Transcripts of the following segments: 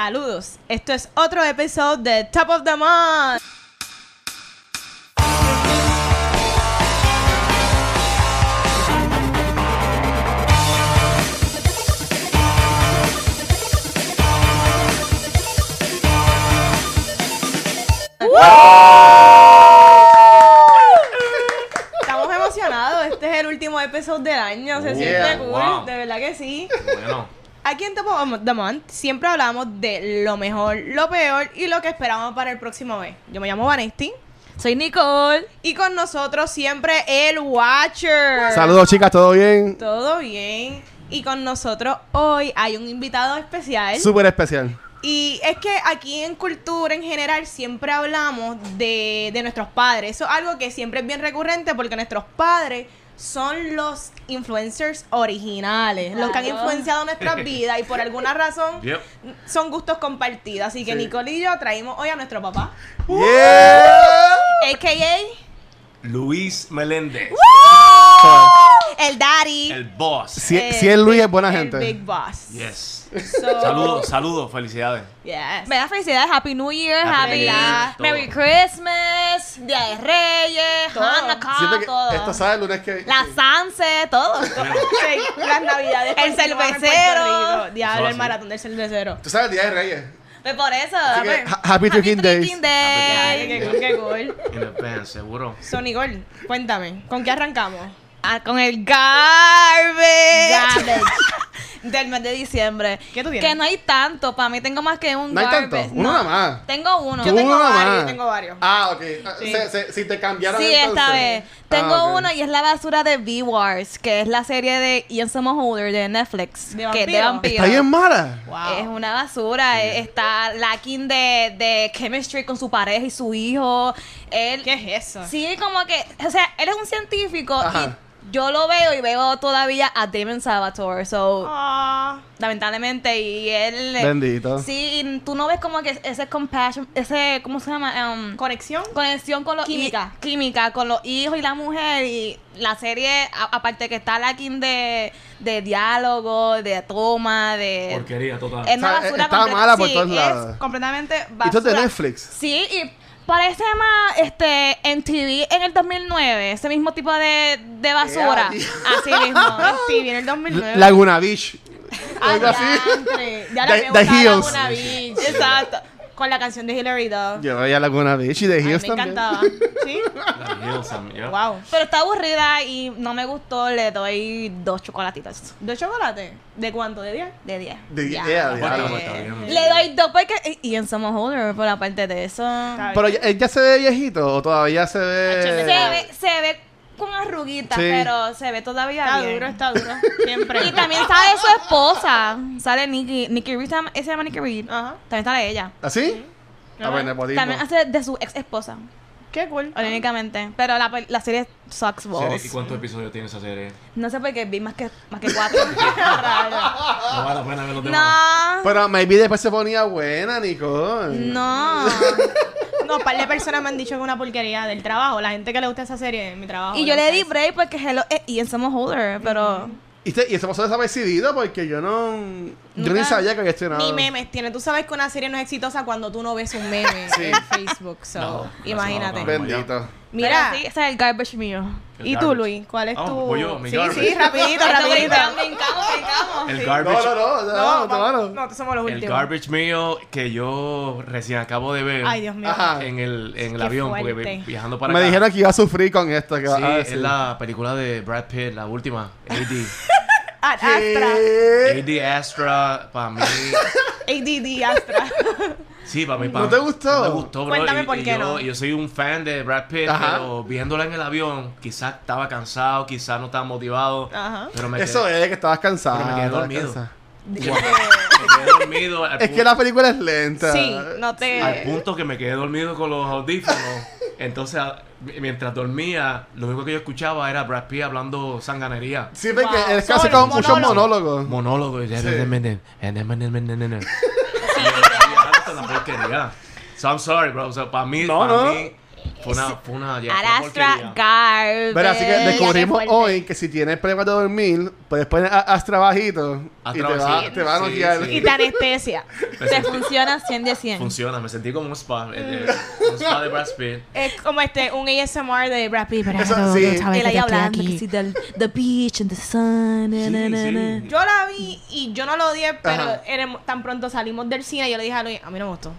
Saludos, esto es otro episodio de Top of the Month. Estamos emocionados, este es el último episodio del año, se Yeah, siente cool, wow. de verdad que sí. Bueno, Aquí en Top of the Month siempre hablamos de lo mejor, lo peor y lo que esperamos para el próximo mes. Yo me llamo Vanesti Soy Nicole. y con nosotros siempre el Watcher. Saludos chicas, ¿todo bien? Todo bien. Y con nosotros hoy hay un invitado especial. Súper especial. Y es que aquí en cultura en general siempre hablamos de, de nuestros padres. Eso es algo que siempre es bien recurrente porque nuestros padres son los influencers originales, los que han Claro. influenciado nuestras vidas y por alguna razón yep. son gustos compartidos. Así que Sí. Nicole y yo traímos hoy a nuestro papá, Yeah. a.k.a. Luis Meléndez, el daddy. el boss. Si, si es Luis big- es buena el gente. Big Boss. Yes. So- Saludos, saludos, felicidades. Yes. Me da felicidades. Happy New Year. Happy Happy, New Year, Merry todo. Christmas. Día de Reyes. Todo. Hanukkah. Siempre que Ah, todo. esto sale el lunes que La Sanse. Todo. Bueno, Sí, Las navidades. El continuaban en cervecero. Puerto Rico. Diablo, Eso el así. maratón del cervecero. Tú sabes el día de Reyes. Pues por eso. Así que, Happy, ha- happy Drinking Days. Drinking Day. Ay, qué cool, qué cool. in advance, seguro. So, Nicole, cuéntame, ¿con qué arrancamos? Ah, con el garbage. Garbage. Del mes de diciembre. ¿Qué tú tienes? Que no hay tanto. Para mí tengo más que un No hay tanto. garbage. Uno nada más. Tengo uno. Tú tengo nada varios, más. yo tengo varios. Ah, ok. Ah, Sí. se- se- si te cambiaron Sí, entonces. esta vez. Tengo Ah, ok. una y es la basura de V-Wars, que es la serie de Ian Somerhalder de Netflix. ¿De que es vampiro? vampiro. Está bien mala. Wow. Es una basura. eh, Está lacking de, de chemistry con su pareja y su hijo. Él, ¿Qué es eso? Sí, como que. O sea, él es un científico Ajá. y yo lo veo y veo todavía a Damon Salvatore. So, Ah, lamentablemente. Y él. eh, Bendito. Sí, y tú no ves como que ese compassion. Ese. ¿Cómo se llama? Um, ¿Conexión? conexión con los Química. hi- química con los hijos y la mujer y la serie a- aparte que está la king de, de diálogo de toma Eh, de Porquería total. es una O sea, basura está completa. mala por Sí, todos es- lados. Completamente Ah. Y esto es de basura. Netflix. sí y parece más este en TV en el 2009 ese mismo tipo de, de basura Yeah. así mismo Sí, viene el 2009. Laguna Beach. Algo Pues así. Adiantre. Ah, Ya la me The- The gustaba Hills. Laguna Beach. Exacto. Con la canción de Hillary Duff. Yo veía Laguna Beach y de Ay, me Hills también. encantaba. ¿Sí? Las Hills, um, yep. Wow. pero está aburrida y no me gustó le doy dos chocolatitos ¿De chocolate? ¿De cuánto? ¿De 10? de 10 De- Ya, yeah, Bueno, diablo. pues, está bien. le doy dos porque y en Somos por aparte de eso Pero ya- él ya se ve viejito o todavía Se se ve. ve, se ve con arruguitas, Sí. pero se ve todavía Está bien. duro, está duro. Siempre. Y también sale su esposa. Sale Nikki. Nikki Reed, se llama- se llama Nikki Reed. Ajá. También sale ella. ¿Así? A ver, nepotismo. También hace de su ex esposa, Qué cool. irónicamente. Pero la, pel- la serie sucks Serie, ¿Y balls. cuántos episodios tiene esa serie? No sé por qué vi más que, más que cuatro. No vale la pena ver los demás. no. Pero maybe después se ponía buena, Nicole. No. No, un par de personas me han dicho que es una porquería del trabajo. La gente que le gusta esa serie, mi trabajo. Y yo le di gusta break porque Hello es Ian Holder, pero. Y, este- y eso pasó desapercibido porque yo no. Yo ni Nunca- sabía que había eso. estrenado. Ni memes tiene. Tú sabes que una serie no es exitosa cuando tú no ves un meme Sí. en Facebook. So, No, gracias, imagínate. no, no, no. Bendito. Mira. Pero sí, ese es el garbage mío. El ¿Y tú, garbage. Luis? ¿Cuál es Ah, tu...? voy yo, mi sí, sí, garbage. rapidito, rapidito. Brincamos, brincamos, brincamos. El No, garbage. no, no, no, No, no, vamos- no, somos los El últimos. garbage mío que yo recién acabo de ver Ay, Dios mío. Ajá. en el, en el Qué avión, porque fuerte. vi- viajando para Me acá. dijeron que iba a sufrir con esto. Que va Sí, a es decir. la película de Brad Pitt, la última, AD. Ad Ah, Astra. ¿Qué? AD Astra, para mí. ADD Astra. Sí, para mí. pa' ¿No te mí. gustó? No me gustó, bro. Cuéntame y- por y qué yo, no. Yo soy un fan de Brad Pitt, Ajá. pero viéndola en el avión, quizás estaba cansado, quizás no estaba motivado. Ajá. Pero me Eso quedé, es, que estabas cansado. Pero me quedé estabas dormido. cansado. me quedé dormido. al Es pu- que la película es lenta. Sí, no Al te... punto que me quedé dormido con los audífonos. Entonces, a- mientras dormía, lo único que yo escuchaba era Brad Pitt hablando sanganería. Sí, porque Wow. es casi Solo con muchos monólogo. monólogos. Monólogo. Y la porquería. So I'm sorry, bro. O sea, para mí, No, para no. mí Fue una, fue una, ya, fue una Alastra porquería. Garb. Pero así que eh, descubrimos qué fuerte. hoy que si tienes problemas de dormir, puedes poner a- Astra bajito y te Astra va, bajito, te va a sí, noquear. sí. Y te anestesia. Me Te sentí- funciona 100 de 100. Funciona, me sentí como un spa, eh, eh, un spa de Brad Pitt. Es como este, un ASMR de Brad Pitt. pero Eso no, sí. no sabes Él que ahí yo estoy hablando, que aquí. sí, del the beach and the sun. na, Sí, na, na, na. sí. Yo la vi y yo no lo odié, pero Ajá. éramos- tan pronto salimos del cine, yo le dije a Luis, a mí no me gustó.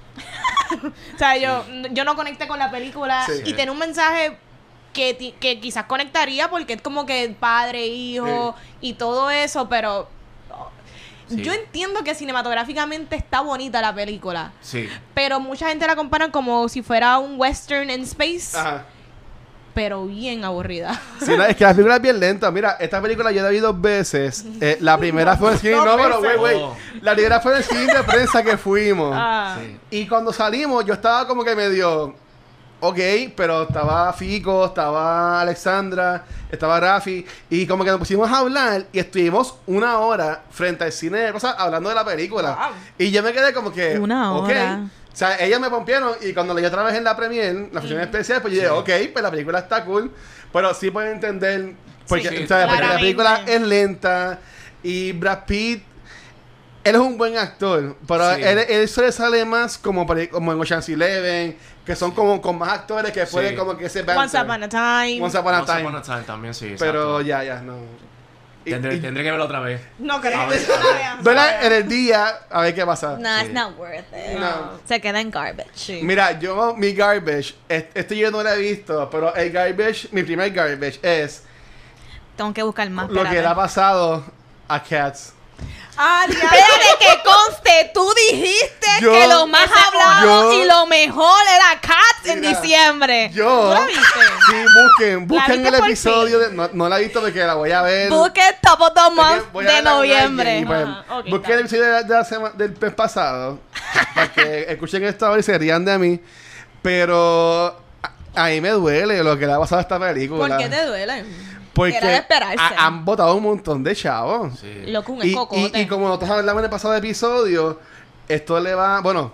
o sea, yo, yo no conecté con la película Sí. y tiene un mensaje que, ti- que quizás conectaría porque es como que padre, hijo y todo eso, pero oh, Sí. yo entiendo que cinematográficamente está bonita la película. Sí. Pero mucha gente la compara como si fuera un western en space, Ajá. pero bien aburrida. Sí, no, es que la película es bien lenta. Mira, esta película yo la vi dos veces. Eh, la primera fue en el screening. Dos No, pero veces. güey, güey. Oh. La primera fue en el screening de prensa que fuimos. Ah. sí. Y cuando salimos, yo estaba como que medio. Ok, pero estaba Fico, estaba Alexandra, estaba Rafi. Y como que nos pusimos a hablar y estuvimos una hora frente al cine de cosas hablando de la película. Wow. Y yo me quedé como que. Una ok. hora. O sea, ellas me pompieron y cuando la yo trabajé en la premier, la función especial, pues yo dije, ok, pues la película está cool. Pero sí pueden entender. Porque, Sí, o sea, porque la claramente. película es lenta y Brad Pitt él es un buen actor, pero Sí. él, él se le sale más como, pare- como en Ocean's Eleven, que son como con más actores que pueden Sí. como que se Once upon a time. Once upon a Once time. Upon a Time también, sí. Pero exacto. ya, ya, no. Y- Tendré, y- tendré que verlo otra vez. No creo. A ver, no a ver. veas, no duela veas. en el día a ver qué pasa. No, it's Sí. not worth it. No. Se queda en garbage. Mira, yo, mi garbage, es- este yo no lo he visto, pero el garbage, mi primer garbage es Tengo que buscar más. lo que le ha espérate. pasado a Cats. Ah, diablo. Espérate, que conste, tú dijiste Yo- que lo más Ese- hablado yo- y lo mejor era Cats en Mira, diciembre. Yo, sí, busquen, busquen viste el por episodio, de, no, no la he visto porque la voy a ver. Busque Top of the Es que Month voy a de hablar con alguien noviembre. y, pues, Ajá, Ah, ok, busqué el episodio de la- de la sema- del mes pasado para que escuchen esta hora y se rían de mí. Pero a, a mí me duele lo que le ha pasado a esta película. ¿Por qué te duele? Porque Era de esperarse. ha- han votado un montón de chavos. Sí. Loco, un Y, y, escocote. y como nosotros hablamos en el pasado episodio, esto le va. Bueno,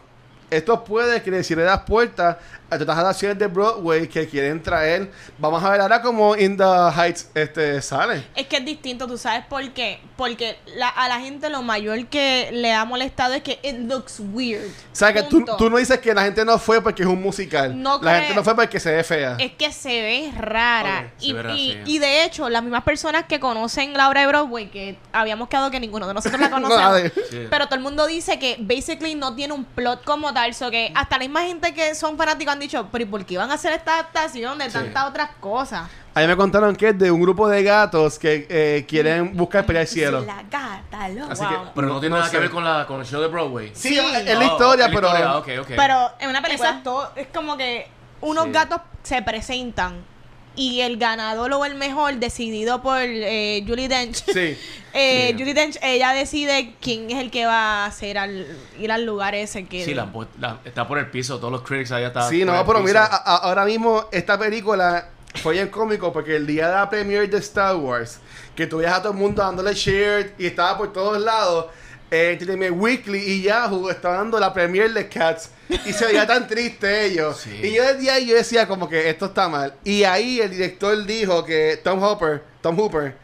esto puede que le cierre las puertas a todas las acciones de Broadway que quieren traer. Vamos a ver ahora cómo In the Heights este, sale. Es que es distinto, ¿tú sabes por qué? Porque la- a la gente lo mayor que le ha molestado es que it looks weird. O sea, que tú, Punto. tú no dices que la gente no fue porque es un musical. No la cree- gente no fue porque se ve fea. Es que se ve rara. Ok, se y, ve rara, y- sí. y de hecho, las mismas personas que conocen la obra de Broadway, que habíamos quedado que ninguno de nosotros la conocemos, Nadie. Sí. pero todo el mundo dice que basically no tiene un plot como tal. So que hasta la misma gente que son fanáticos han dicho, pero ¿y por qué van a hacer esta adaptación de Sí. tantas otras cosas? A mí me contaron que es de un grupo de gatos que eh, quieren buscar pelear el cielo. La gata, loco. Así Wow. que, Pero no tiene nada sé. que ver con, la, con el show de Broadway. Sí, Sí. es es Oh, la historia, es pero. historia, ok, ok. Pero En una película. Exacto, es como que unos Sí. gatos se presentan y el ganador o el mejor decidido por eh, Julie Dench. Sí. Eh, Sí. Julie Dench, ella decide quién es el que va a hacer al, ir al lugar ese que... Sí, la, po- la- está por el piso, todos los critics allá están. Sí, por no, el pero piso. mira, a- a- ahora mismo esta película fue bien cómico porque el día de la premiere de Star Wars, que tú veías a todo el mundo dándole shirt y estaba por todos lados, eh, Entertainment Weekly y Yahoo estaban dando la premiere de Cats y se veía tan triste ellos. Sí. Y yo desde ahí yo decía como que esto está mal. Y ahí el director dijo que Tom Hopper, Tom Hooper,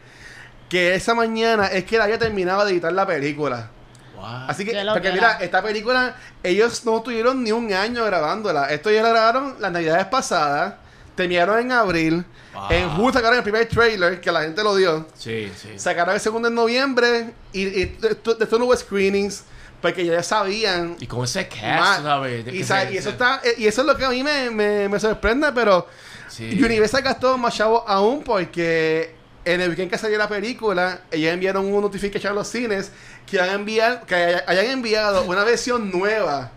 que esa mañana es que él había terminado de editar la película. Wow. ah, Así que, Qué loquera. porque mira, esta película, ellos no tuvieron ni un año grabándola. Esto ya la grabaron las navidades pasadas, terminaron en abril, Ah. en julio sacaron el primer trailer, que la gente lo dio, Sí, sí. sacaron el segundo en noviembre, y, y esto, de esto no hubo screenings, porque ya sabían... Y con ese más. cast, ¿sabes? De y, que sa- se- y eso se- está, eh, y eso es lo que a mí me, me- me sorprende, pero Sí. Universal gastó más chavos aún porque en el weekend que salió la película, ellos enviaron un notification a los cines que, han enviado, que haya- hayan enviado una versión nueva,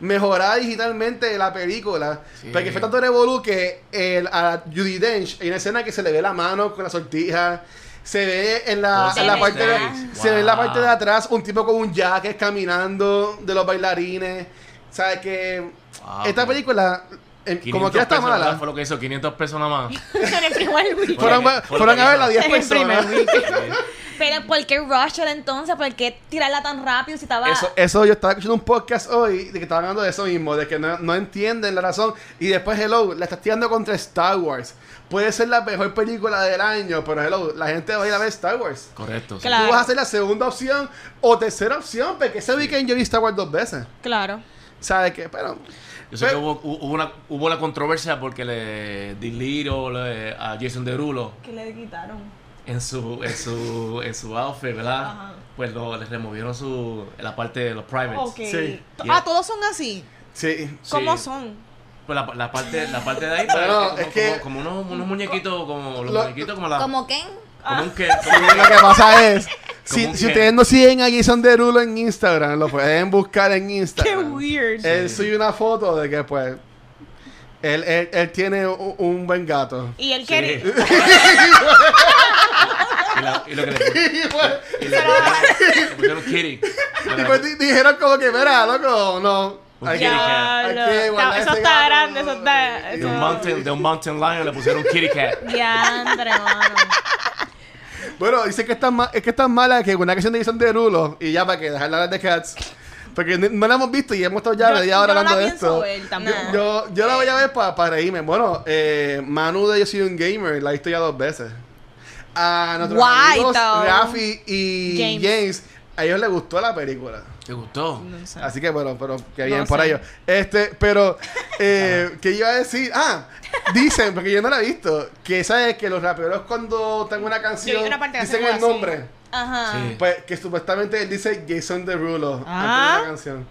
mejorada digitalmente de la película. Sí. Porque fue tanto revolú que el, a Judy Dench hay una escena que se le ve la mano con la sortija. Se ve en la, Todo en la se parte de, ve. se ve en la parte de Wow. atrás un tipo con un jacket caminando de los bailarines. ¿Sabes que Wow. Esta película en- 500 como que está personas mala. Fue lo que hizo, 500 personas más. en el primer week. Fue lo Fueron, que- fue lo fueron que a hizo. verla 10 En el primer personas. Pero ¿por qué rusher entonces? ¿Por qué tirarla tan rápido si estaba... Eso, eso yo estaba escuchando un podcast hoy de que estaba hablando de eso mismo, de que no, no entienden la razón. Y después, hello, la estás tirando contra Star Wars. Puede ser la mejor película del año, pero hello, la gente va a ir a ver Star Wars. Correcto. sí. Claro. Tú vas a hacer la segunda opción o tercera opción, porque ese weekend yo vi Star Wars dos veces. Claro. ¿Sabes qué? Pero. Yo sé que pero- hubo, hu- hubo, una, hubo la controversia porque le Diliro a Jason Derulo Que le quitaron. en su, en su, en su outfit, ¿verdad? Ajá. Pues lo, le removieron su, la parte de los privates. Ok. Sí. To- Yeah. Ah, todos son así. Sí. Sí. ¿Cómo son? Pues la, la parte, la parte de ahí, pues, No, como, es que- como, como unos, unos muñequitos, como los Lo- muñequitos, como la. Como, ¿Como Ken? ah, un que. como Lo que pasa es, si, un si gen. ustedes no siguen a Jason Derulo en Instagram, lo pueden buscar en Qué Instagram. weird. Él subió una foto de que, pues, él, él, él tiene un, un buen gato. Y él Sí. quería. y, la- y lo que le, Y pues, y le, le pusieron kitty. y pues di- dijeron como que, mira, loco, no. Un hay que- kitty cat. hay que Diablo. Está- guardar eso ese está gato. grande, eso está- De un mountain, de un mountain lion le pusieron kitty cat. Diandre, mano. Bueno, dice que es tan, ma- es que es tan mala que una canción de Jason Derulo, y ya para que dejarla hablar de Cats, porque ni- no la hemos visto y hemos estado ya Yo- media yo no hora la hablando de pienso esto. ver Eh. Yo- tampoco. yo, yo la voy a ver para reírme. Bueno, eh, Manu de Yo Soy Un Gamer la he visto ya dos veces. A nuestros Guay, amigos to. Rafi y James. James. a ellos les gustó la película. ¿Te gustó? No sé. Así que bueno, pero que bien No por sé. ellos. Este, pero, eh, ¿qué iba a decir? Ah, dicen, porque yo no la he visto, que sabes que los raperos cuando tengo una canción una parte de la dicen el segunda, sí. nombre. Ajá. Sí. Pues que supuestamente él dice Jason Derulo Ah. antes de la canción.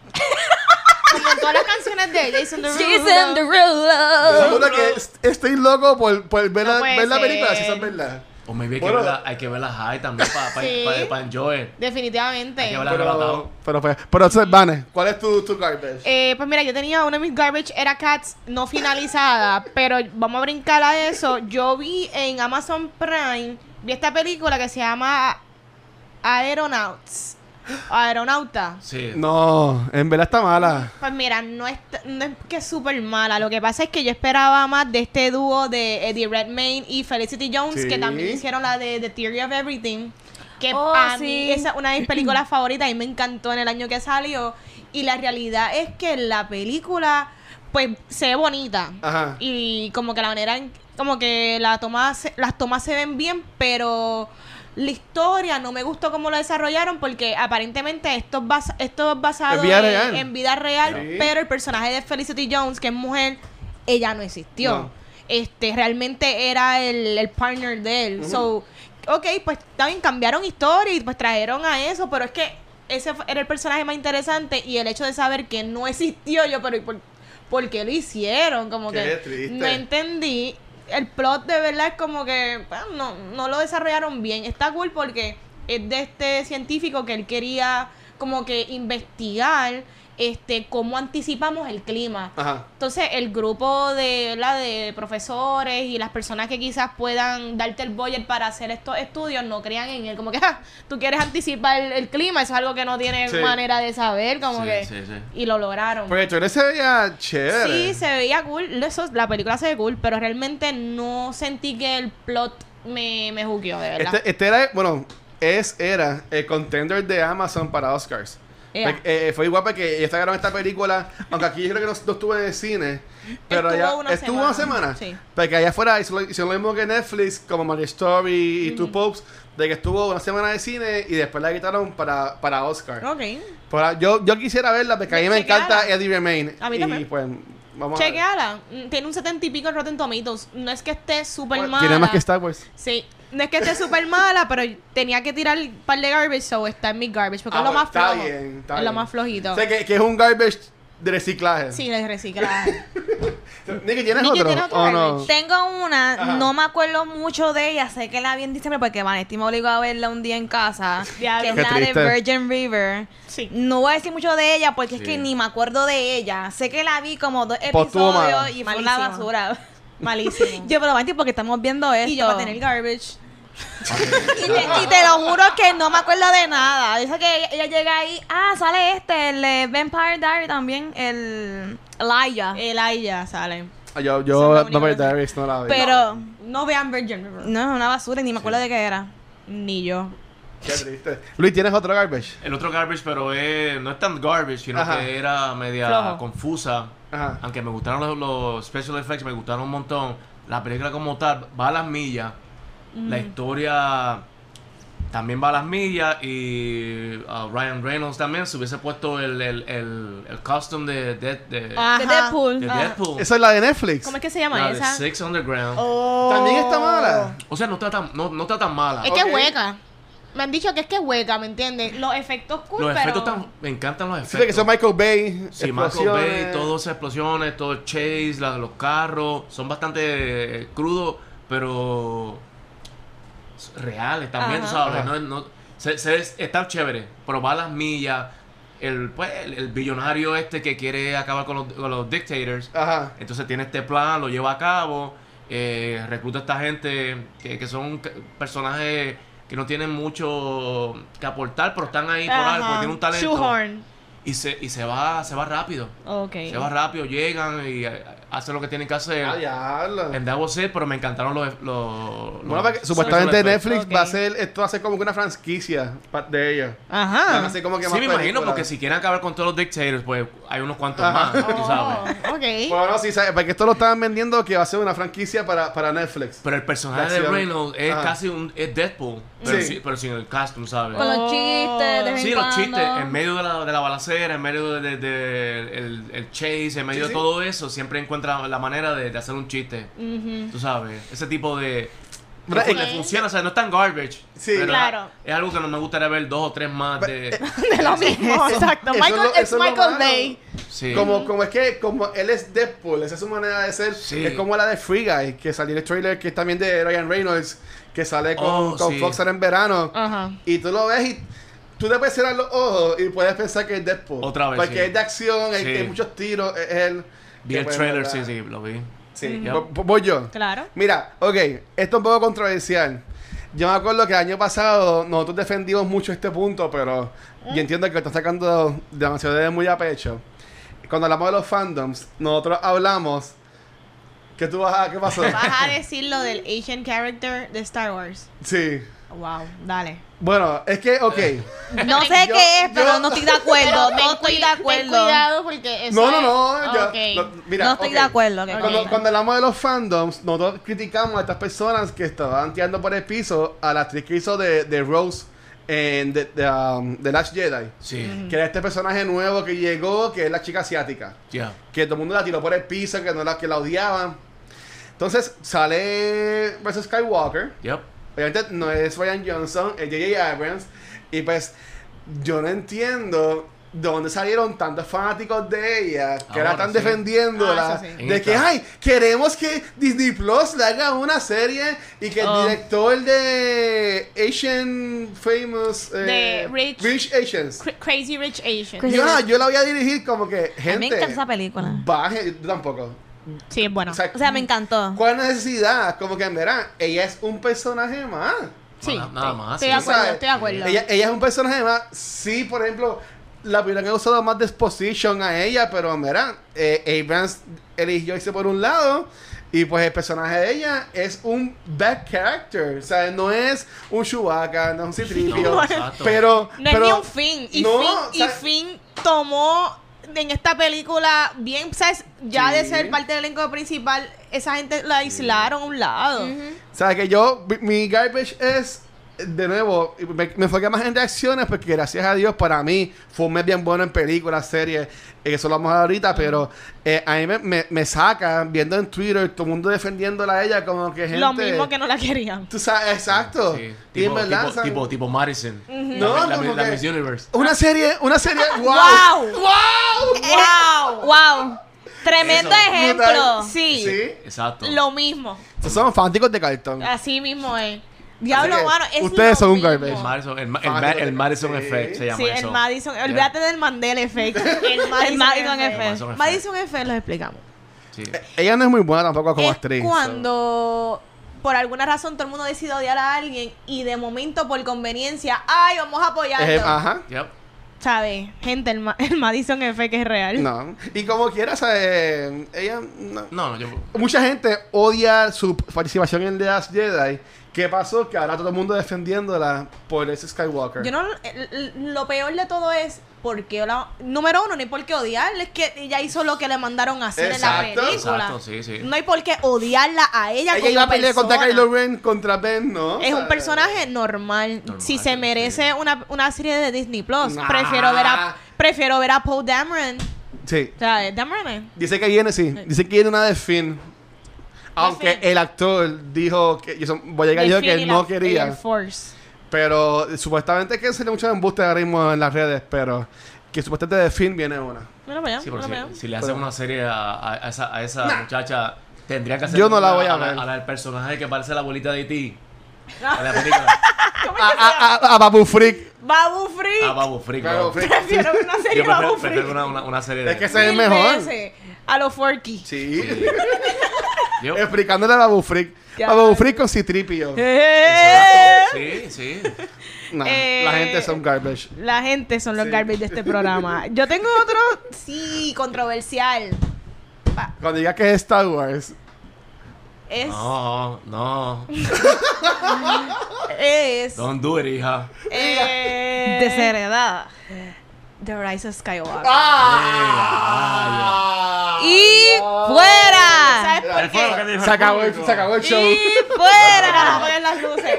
Como en todas las canciones de Jason Derulo. Jason Derulo. Te juro que est- estoy loco por, por ver, Oh. No la, puede ver la ser. película, si eso es verdad. O maybe hay que, Bueno. verla, hay que verla high también para pa, Sí. pa- pa enjoy. Hay Definitivamente. que hablar. Pero, arrebatado. pero, pues, pero entonces, Vane, ¿cuál es tu, tu garbage? Eh, pues mira, yo tenía una de mis garbage era Cats no finalizada, pero vamos a brincar a eso. Yo vi en Amazon Prime, vi esta película que se llama Aeronauts. Aeronauta. Sí. No, en verdad está mala. Pues mira, no es, t- no es que es súper mala. Lo que pasa es que yo esperaba más de este dúo de Eddie Redmayne y Felicity Jones, Sí. que también hicieron la de The Theory of Everything. Que Oh, a sí. mí esa es una de mis películas favoritas y me encantó en el año que salió. Y la realidad es que la película, pues, se ve bonita. Ajá. Y como que la manera en- como que la toma se- las tomas se ven bien, pero la historia no me gustó cómo lo desarrollaron porque aparentemente esto es, bas- esto es basado Es vida en, real. en vida real, Sí. pero el personaje de Felicity Jones, que es mujer, ella no existió. No. Este, realmente era el, el partner de él. So, ok, pues también cambiaron historia y pues trajeron a eso, pero es que ese fue- era el personaje más interesante y el hecho de saber que no existió yo, pero ¿y por, por qué lo hicieron? Como Qué que triste. no entendí. El plot de verdad es como que bueno, no, no lo desarrollaron bien. Está cool porque es de este científico que él quería como que investigar este cómo anticipamos el clima. Ajá. Entonces, el grupo de, la de profesores y las personas que quizás puedan darte el boyer para hacer estos estudios no crean en él. Como que, "Ah, tú quieres anticipar el, el clima, eso es algo que no tienes Sí. manera de saber, como Sí, que... sí, sí. Y lo lograron. Porque tú se veía chévere. Sí, se veía cool. Eso, la película se ve cool, pero realmente no sentí que el plot me, me jugueó, de verdad. Este, este era, bueno, es, era el contender de Amazon para Oscars. Ea. Porque, eh, fue igual porque ellos grabaron esta película, aunque aquí yo creo que no, no estuvo en el cine, pero Estuvo allá una estuvo semana. una semana. Sí. Porque allá afuera hicieron lo, hizo lo mismo que Netflix, como Mario Story y Two Popes, de que estuvo una semana de cine y después la quitaron para, para Oscar. Ok. Para- yo, yo quisiera verla porque a mí me Chequeala. encanta Eddie Remain. A mí y también. pues vamos a ver. Chequeala. Mm, Tiene un setenta y pico en Rotten Tomatoes. No es que esté súper Bueno, mala. Tiene más que Star Wars. Sí. No es que esté súper mala, pero tenía que tirar un par de garbage, so está en mi garbage, porque Ah, es lo bueno, más está flojo. bien, está es lo bien. más flojito. O sea, que, que es un garbage de reciclaje. Sí, de reciclaje. Nicky, ¿tienes Nicky, otro? ¿tienes otro ¿O no? garbage? Tengo una, Ajá. no me acuerdo mucho de ella, sé que la vi en diciembre porque Vanetti me obligó a verla un día en casa, Diablo. que es Qué la triste. de Virgin River. Sí. No voy a decir mucho de ella porque Sí. es que ni me acuerdo de ella. Sé que la vi como dos Pues estuvo mala. episodios y fue una Malísima. basura. Malísimo. Yo, pero Vanetti, porque estamos viendo esto. y yo para tener garbage. Y te, y te lo juro que no me acuerdo de nada. Dice que ella, ella llega ahí. Ah, Ah. Eh, sale este, el de Vampire Diary también, el Elijah. El Aya sale. Ah, Yo, Esa yo es la Vampire única Diaries no la vi. Pero No vean Virgin River. no es una basura y ni me acuerdo de qué era. Ni yo. Qué triste. Luis, ¿tienes otro garbage? El otro garbage, pero es- no es tan garbage, sino Ajá. que era media Flojo. confusa. Ajá. Aunque me gustaron los, los special effects, me gustaron un montón. La película como tal va a las millas. La historia también va a las millas. Y uh, Ryan Reynolds también se hubiese puesto el, el, el, el costume de, de, de- Ah, De Ajá. Deadpool. de Ah. Deadpool. Esa es la de Netflix. ¿Cómo es que se llama La de esa? Six Underground. Oh. También está mala. O sea, no está tan, no, no está tan mala. Es que Ah, Ok. es hueca. Me han dicho que es que es hueca, ¿me entiendes? Los efectos cool, Los pero... efectos están- me encantan los Sí, que efectos. son Michael Bay. Sí, Michael Bay, explosiones. todas esas explosiones, todo el chase, la- los carros, son bastante eh, crudos, pero s- reales también, Ajá. ¿sabes? Ajá. No, no- se- se- es- está chévere, pero va a las millas, el, pues, el, el billonario este que quiere acabar con los, con los dictators, Ajá. entonces tiene este plan, lo lleva a cabo, eh, recluta a esta gente que, que son c- personajes que no tienen mucho que aportar, pero están ahí por algo, Ajá. tienen un talento. Shoehorn. Y se, y se va, se va rápido. Ok. Se va rápido, llegan y eh, hacen lo que tienen que hacer. Ah, diablo. En Davos Set, pero me encantaron los. los, los- Bueno, porque supuestamente los- Netflix Ok. va a hacer, esto va a ser como que una franquicia pa- de ellos. Van a Ah. Ajá. hacer como que Sí, más me imagino, películas. porque si quieren acabar con todos los dictators, pues hay unos cuantos Ajá. más, Oh, tú sabes. Ok. Bueno, no, sí, ¿sabes? porque esto lo estaban vendiendo que va a ser una franquicia para, para Netflix. Pero el La personaje de acción. Reynolds es Ajá. casi un. Es Deadpool, pero, Sí. sí- pero sin el costume, ¿sabes? Con Oh. los chistes, de vez Sí, en los chistes, cuando. en medio de la, de la balacera, en medio del de, de- el, el chase, en medio de sí. todo eso, siempre encuentran la manera de, de hacer un chiste. Tú sabes, ese tipo de... Pero, que eh, le funciona, o sea, no es tan garbage. Sí. eh, pero Claro. Es, es algo que no me gustaría ver dos o tres más de... de lo mismo. Exacto. eso es Michael, lo- es eso es lo Michael malo. Bay. Sí. Como, como es que como él es Deadpool, esa es su manera de ser. Sí. Es como la de Free Guy, que salió en el trailer, que es también de Ryan Reynolds, que sale con, Oh, con sí. Fox ahora en verano. Ajá. Y tú lo ves y tú te puedes cerrar los ojos y puedes pensar que es Deadpool. Otra vez, Porque sí. es de acción, hay, Sí. hay muchos tiros, es él. Vi Que, el pues, trailer, ¿verdad? sí, sí, lo vi. Sí, Ujú. vo- vo- voy yo. Claro. Mira, ok, esto es un poco controversial. Yo me acuerdo que el año pasado nosotros defendimos mucho este punto, pero ¿Eh? yo entiendo que lo están sacando demasiado de muy a pecho. Cuando hablamos de los fandoms, nosotros hablamos. ¿Qué tú vas a.? ¿Qué pasó? Vas a decir lo del Asian character de Star Wars. sí. Wow, dale. Bueno, es que, ok. No sé Yo- qué es, pero yo- no estoy de acuerdo. Ten No estoy cui- de ten acuerdo. cuidado porque eso No, no, es- no. ya- Ok. no, mira, No estoy ok. de acuerdo. que- Cuando, cuando hablamos de los fandoms, nosotros criticamos a estas personas que estaban tirando por el piso a la actriz que hizo de, de Rose en The, The, um, The Last Jedi. Sí, Que era este personaje nuevo que llegó, que es la chica asiática. ya. Que todo el mundo la tiró por el piso, que, no la, que la odiaban. Entonces sale versus Skywalker. Yep. Obviamente no es Ryan Johnson, es J.J. Abrams. Y pues yo no entiendo de dónde salieron tantos fanáticos de ella que ahora Ahora están sí. defendiéndola. Ah, eso sí. De que, Esta. ay, queremos que Disney Plus le haga una serie y que el Oh. director de Asian Famous. eh, De Rich- Rich Asians. Cra- Crazy Rich Asian. Yo, ah, yo la voy a dirigir como que, A mí me gente. encanta esa película. Baje, yo tampoco. Sí, es bueno. O sea, O sea, me encantó. ¿cuál necesidad? Como que, mira, ella es un personaje más. Sí, Nada- nada sí. más, Estoy sí. de O acuerdo, sea, estoy de acuerdo. Ella, ella es un personaje más. Sí, por ejemplo, la primera que he usado más de exposition a ella, pero mira, eh, Abrams eligió irse por un lado. Y pues el personaje de ella es un bad character. O sea, no es un Chewbacca, no es un Citripio. No, exacto. pero. No pero, es ni un fin. Y, no, fin, o sea- y Finn tomó en esta película bien, ¿sabes? Ya de Sí. ser parte del elenco principal, esa gente la aislaron a un lado. O sea, que yo, mi- mi garbage es, de nuevo, me, me enfoqué más en reacciones porque gracias a Dios para mí fue un mes bien bueno en películas, series, eh, eso lo vamos a hablar ahorita, pero eh, a mí me, me, me saca viendo en Twitter todo el mundo defendiéndola a ella como que gente... Lo mismo que no la querían. Tú sabes, exacto. Sí. Y en Tipo, verdad, tipo, ¿sabes? tipo, tipo Madison. No, la, la- como la que- Miss Universe. Una serie, una serie, wow. Eh, ¡Wow! ¡Wow! Tremendo Eso. ejemplo. Brutal. Sí. Eh, Sí. Exacto. Lo mismo. Estos son fanáticos de cartón. Así mismo es. Diablo, que mano. Es ustedes lo son un mismo. garbage. El Madison, el, ma- el Ah, ma- sí. el Madison Effect se llama Sí, eso. el Madison. Ya. Olvídate del Mandela Effect. El Madison, Madison Effect. Effect. Madison Effect los explicamos. Sí. Ella no es muy buena tampoco como es actriz. so. cuando por alguna razón todo el mundo decide odiar a alguien y de momento por conveniencia, ay, vamos a apoyarlo. Eh, ajá. Yep. ¿Sabes? Gente, el, Ma- el Madison F que es real. No. Y como quiera, ¿sabes? Ella. no. No, no, yo. Mucha gente odia su participación en The Last Jedi. ¿Qué pasó? Que ahora todo el mundo defendiéndola por ese Skywalker. Yo no, l- l- lo peor de todo es porque la, número uno, no hay por qué odiarla, es que ella hizo lo que le mandaron a hacer en Exacto. la película. Exacto, sí, sí. No hay por qué odiarla a ella. Ella como iba a pelear contra persona. Kylo Ren, contra Ben, ¿no? Eh, Es un ¿Sabes? personaje normal. Normal, si sí. se merece una, una serie de Disney Plus, Nah. prefiero ver a prefiero ver a Paul Dameron. Sí. O sea, Dameron. es- Dice que viene, sí. Dice que viene una de Finn. Aunque Finn. el actor dijo que yo voy a llegar de yo Finn que y no la- quería. Air Force. Pero eh, supuestamente que sale mucho embuste ahora mismo en las redes, pero que supuestamente de Finn viene una. Mira para allá, Sí, mira pero para allá. si, si le hacen una serie a, a- a esa, a esa muchacha, tendría que hacer. Yo no la una voy a la- ver. la del personaje que parece la abuelita de ti. Ah. En la película. A, Ah, a, a, a Babu Freak. Babu Freak. a Ah, Babu Frick. Babu bro. Freak. Prefiero ver una serie Yo de Babu prefiero, prefiero Freak. una, una, una serie de. Es que ese es el Mil mejor. veces A los Forky. Sí. Sí. Yo- Explicándole a Babu Freak. Ya. A Babu Freak con Citripio. Eh, Exacto. Sí, sí. Nah, Eh. La gente son garbage. La gente son los Sí. garbage de este programa. Yo tengo otro, sí, controversial. Cuando diga que es Star Wars. Es, No, no. es, Don't do it, hija. eh, Desheredada. The Rise of Skywalker. ¡Ah! ¡Y fuera! ¿Sabes por fue lo qué? que dijo Se acabó, el, público. se acabó el show. ¡Y Para fuera! poner las luces.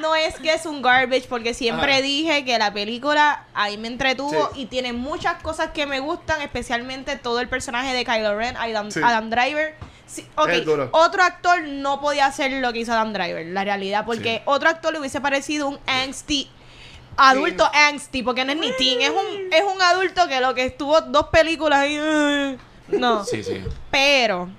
No es que es un garbage porque siempre Ajá. dije que la película ahí me entretuvo Sí. y tiene muchas cosas que me gustan, especialmente todo el personaje de Kylo Ren, Adam, Sí. Adam Driver. Sí, ok, Es duro. Otro actor no podía hacer lo que hizo Adam Driver, la realidad, porque Sí. otro actor le hubiese parecido un angsty adulto angsty, porque no es ni teen, es un es un adulto que lo que estuvo dos películas y no. Sí, sí. Pero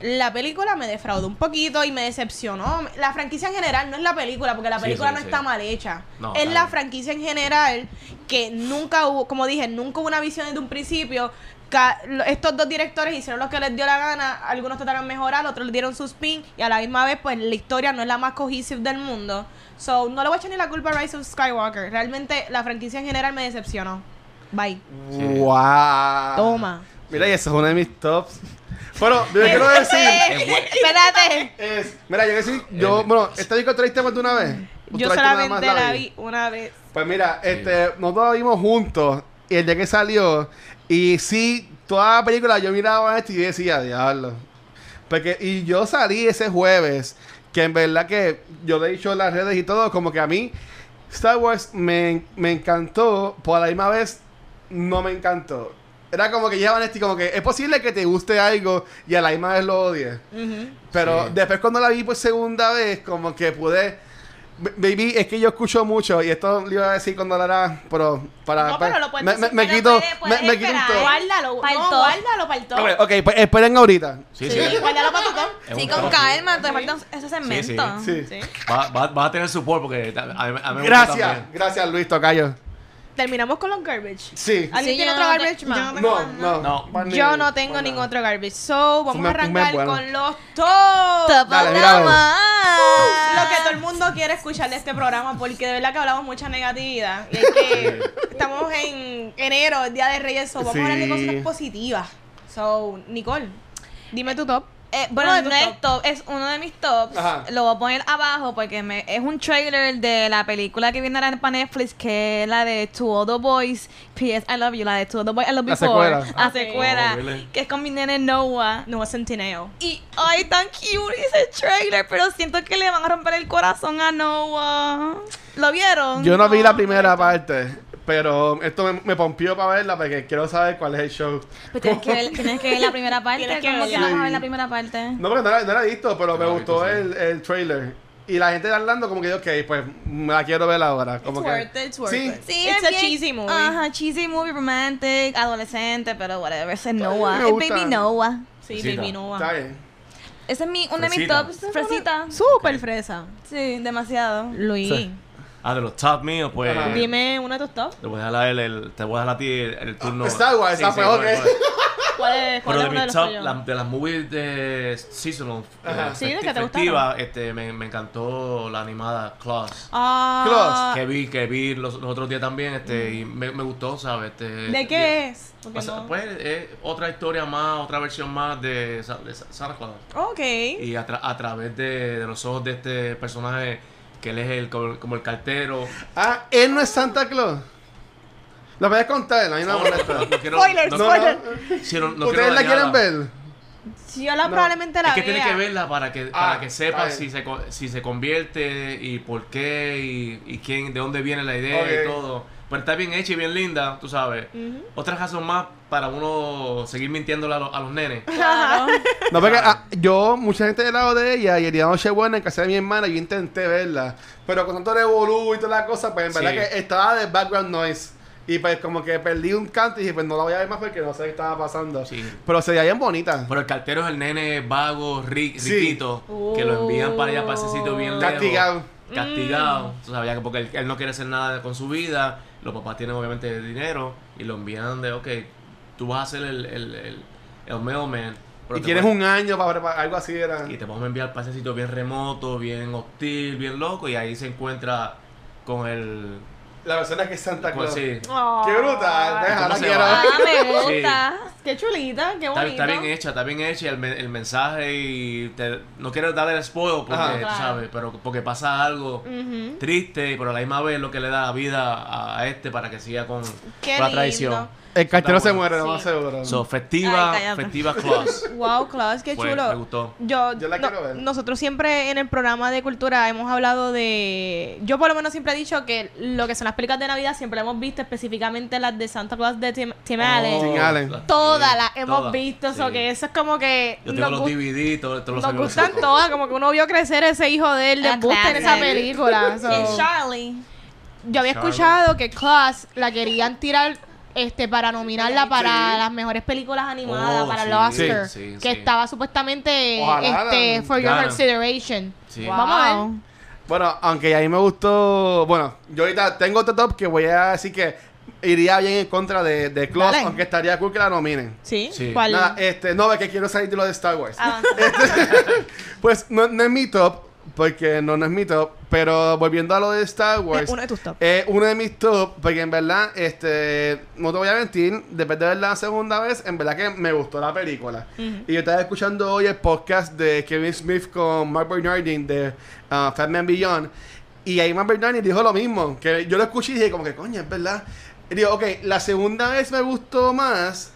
la película me defraudó un poquito y me decepcionó. La franquicia en general no es la película, porque la Sí, película sí, no sí. está mal hecha. No, es claro. la franquicia en general que nunca hubo, como dije, nunca hubo una visión desde un principio. Ca- lo- Estos dos directores hicieron lo que les dio la gana, algunos trataron de mejorar, otros le dieron sus pin y a la misma vez pues la historia no es la más cohesive del mundo. So, no le voy a echar ni la culpa a Rise of Skywalker. Realmente la franquicia en general me decepcionó. Bye. Sí. ¡Wow! Toma. Este. Mira, y eso es uno de mis tops. Pero, yo quiero decir. Espérate. Es, mira, yo decir, yo, bueno, esta disco triste más de una vez. Yo Tú la viste nada más solamente la vi una vez. Pues mira, este, nosotros la vimos juntos y el día que salió, y sí, toda la película yo miraba esto y decía, diablo. Porque, y yo salí ese jueves, que en verdad que yo le he dicho en las redes y todo, como que a mí Star Wars me, me encantó, por la misma vez no me encantó. Era como que llevaban esto y como que es posible que te guste algo y a la misma vez lo odies. Pero Sí. después cuando la vi por segunda vez, como que pude... B- Baby, es que yo escucho mucho y esto le iba a decir cuando hablará, pero para... No, para- pero lo puedes me, decir, me- me pero quito, puede- me, puede me quito un esperar. todo. Ah, Guárdalo, Pa'l no, top. guárdalo para el top. Ok, ok, pues esperen ahorita. Sí, Sí, sí. guárdalo para tu top. Es Sí, un con top. calma, te faltan ese segmento. Sí. Sí. Va- va- vas a tener support porque ta- a mí- a mí me gusta Gracias, también. gracias Luis Tocayo. Terminamos con los garbage. Sí. ¿Alguien Sí, tiene yo otro no te- garbage yo más? no No, no. No. pues más ni- Yo no tengo más ningún nada. otro garbage. So, vamos me- a un mes arrancar bueno. con los top. Top Dale, of mira, the bro. month. Lo que todo el mundo quiere escuchar de este programa, porque de verdad que hablamos mucha negatividad. Y es que estamos en enero, el Día de Reyes, so vamos a hablar de Sí. cosas positivas. So, Nicole, dime tu top. Eh, Uno bueno, de tus no es top, es uno de mis tops. Ajá. Lo voy a poner abajo porque me- es un trailer de la película que viene ahora para Netflix, que es la de Two Other Boys, P.S. I Love You, la de Two Other Boys, I Love You La Before. secuela. La Ok. secuela, Oh, really? que es con mi nene Noah. Noah Centineo. Y, ay, tan cute ese trailer, pero siento que le van a romper el corazón a Noah. ¿Lo vieron? Yo no vi la primera correcto. parte, pero esto me, me pompió para verla porque quiero saber cuál es el show. Pues tienes que ver, tienes que ver la primera parte. Tienes que ¿Cómo que verla. vamos a ver la primera parte? No, porque no la, no la he visto, pero No me la he gustó visto, Ah, sí. el, el trailer. Y la gente de Orlando como que dijo, ok, pues me la quiero ver ahora. Como It's que, worth it, it's worth sí. it. It's a cheesy movie. Ajá, cheesy movie, romantic, adolescente, pero whatever. Ese es Noah. me Es gusta. baby Noah. Sí, Fresita. Baby Noah. Está bien. Ese es mi, uno de mis Fresita. tops. Fresita. Súper fresa. Sí, demasiado. Luis. Sí. Ah, de los top míos, pues. Ajá. Dime una de tus top. Te voy a dejar el, el- te voy a dejar a ti el, el turno. Star Wars, ah, pues, voy, ok. voy. ¿Cuál es, cuál es Pero de uno de mis los top, tuyos? la- de las movies de seasonal, Ajá. eh, Sí, de que te festiva, gustaron. este, me, me encantó la animada Claus. Ah, Que vi, que vi los, los otros días también, este, y me, me gustó, ¿sabes? Este, ¿De qué es? Porque O sea, no- Pues es otra historia más, otra versión más de, Sa- de Sa- Santa Claus. Ok. Y a, tra- a través de, de los ojos de este personaje, que él es el, como, como el cartero. Ah, él no es Santa Claus. Lo voy a contar, no hay nada No, molesto. no, no quiero- Spoilers, no- No, spoilers. no. sí, no- no ¿Ustedes la quiero dañarla. quieren ver? Si yo la probablemente la Es que vea. tiene que verla para que, para Ah, que está sepas bien. si se, co- si se convierte y por qué y, y quién, de dónde viene la idea Ok. y todo. Pero está bien hecha y bien linda, tú sabes. Otra razón más para uno seguir mintiéndole a, los- a los nenes. Claro. No, porque ah, yo, mucha gente del lado de ella, y el día de noche buena en casa de mi hermana, yo intenté verla. Pero con tanto revolú y toda la cosa, pues en Sí. verdad que estaba de background noise. Y pues como que perdí un canto y dije, pues no la voy a ver más porque no sé qué estaba pasando. Sí. Pero se veía bien bonita. Pero el cartero es el nene vago, ri- Sí. riquito, que lo envían para allá, para ese sitio bien lejos. Castigado. Castigado. Tú sabes, ya que porque él, él no quiere hacer nada con su vida. Los papás tienen obviamente dinero y lo envían de, ok, tú vas a ser el, el, el, el mailman. pero Y te tienes voy- un año para preparar algo así, era. Y te vamos a enviar para ese sitio bien remoto, bien hostil, bien loco. Y ahí se encuentra con el... La persona que es Santa Pues Claus. sí. Ah. Qué brutal. Déjala, ¿Cómo se quiero. va? Ah, me gusta. Qué chulita, Oh, qué Está, bonito. está bien hecha, está bien hecha el, me- el mensaje y te- no quiero dar el spoil porque, Ajá. tú Claro. ¿sabes? Pero porque pasa algo Ujú. triste, pero a la misma vez lo que le da vida a este para que siga con, Qué con la lindo. tradición. El cartero Está se bueno. muere, no Sí. más seguro. So, festiva, Ay, cállate. festiva class. Wow, Klaus, qué Fue- chulo. Pues, me gustó. Yo, Yo la no- quiero ver. Nosotros siempre en el programa de cultura hemos hablado de. Yo, por lo menos, siempre he dicho que lo que son las películas de Navidad siempre las hemos visto, específicamente las de Santa Claus de Tim, Tim Allen. Tim Allen. Todas las hemos todas, visto, so Oh. sí. que eso es como que. Yo nos tengo los gust- DVD, todos todos los nos amigos gustan son- todas, como que uno vio crecer ese hijo de él de Ah, Buster en claro. esa película. so. Y Charlie. Yo había Charlotte. escuchado que Class la querían tirar este para nominarla para las mejores películas animadas Oh, para sí, los Oscar, sí, sí, que sí. estaba supuestamente Ojalá este la for your ganen. consideration. Sí. Wow. Vamos a ver. Bueno, aunque a mí me gustó. Bueno, yo ahorita tengo otro top que voy a decir que iría bien en contra de, de Claus, Dale. aunque estaría cool que la nominen. ¿Sí? Sí. ¿Cuál? Nada, este, no, es que quiero salir de lo de Star Wars. Avanza. Pues no, no es mi top, porque no, no es mi top, pero volviendo a lo de Star Wars. Es uno de tus top. Eh, uno de mis top, porque en verdad, este, no te voy a mentir, después de verla la segunda vez, en verdad que me gustó la película. Y yo estaba escuchando hoy el podcast de Kevin Smith con Mark Bernardin de ah, Fat Man Beyond. Y ahí Mark Bernardin dijo lo mismo, que yo lo escuché y dije como que coño, es verdad. Y digo, ok, la segunda vez me gustó más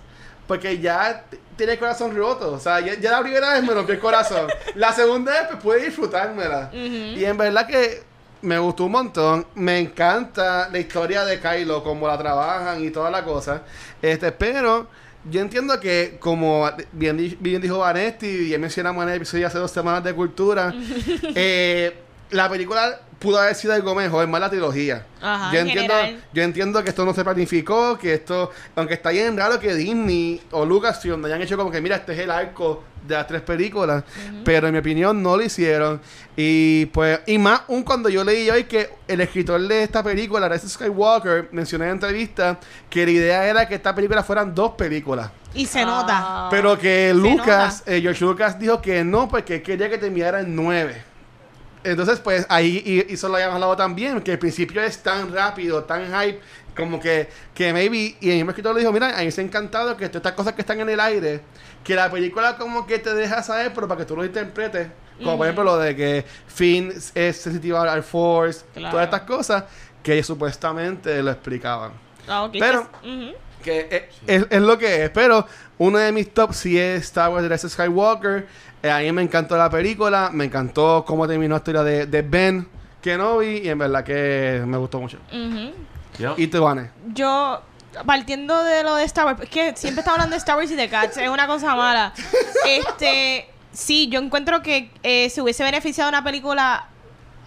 porque ya t- tiene el corazón roto. O sea, ya, ya la primera vez me rompió el corazón. la segunda vez pues pude disfrutármela. Y en verdad que me gustó un montón. Me encanta la historia de Kylo, cómo la trabajan y toda la cosa. Este, pero yo entiendo que, como bien, di- bien dijo Vanetti y bien mencionamos en el episodio hace dos semanas de cultura, eh, la película pudo haber sido algo mejor, más la trilogía. Ajá, yo, en entiendo, general. yo entiendo que esto no se planificó, que esto, aunque está bien raro que Disney o Lucasfilm hayan hecho como que, mira, este es el arco de las tres películas, pero en mi opinión no lo hicieron. Y pues, y más aún cuando yo leí hoy que el escritor de esta película, Rise Skywalker, mencioné en entrevista que la idea era que esta película fueran dos películas. Y se nota. Ah. Pero que nota. Lucas, eh, George Lucas dijo que no, porque quería que terminara en nueve. Entonces, pues ahí hi- hizo lo que habíamos hablado también, que el principio es tan rápido, tan hype, como que, que maybe. Y el mismo escritor le dijo: Mira, a mí se ha encantado que todas estas cosas que están en el aire, que la película como que te deja saber, pero para que tú lo interpretes. Como por ejemplo lo de que Finn es sensitivo al- al Force, todas estas cosas que ellos supuestamente lo explicaban. Ah, ok. Pero- Ujú. Que es, es- es lo que es, pero uno de mis top sí es Star Wars The Rise of Skywalker. Eh, a mí me encantó la película, me encantó cómo terminó la historia de, de Ben Kenobi y en verdad que me gustó mucho. Ujú. Yep. Y te Vane. Yo, partiendo de lo de Star Wars, es que siempre está hablando de Star Wars y de Cats, es una cosa mala. Este, sí, yo encuentro que eh, se hubiese beneficiado una película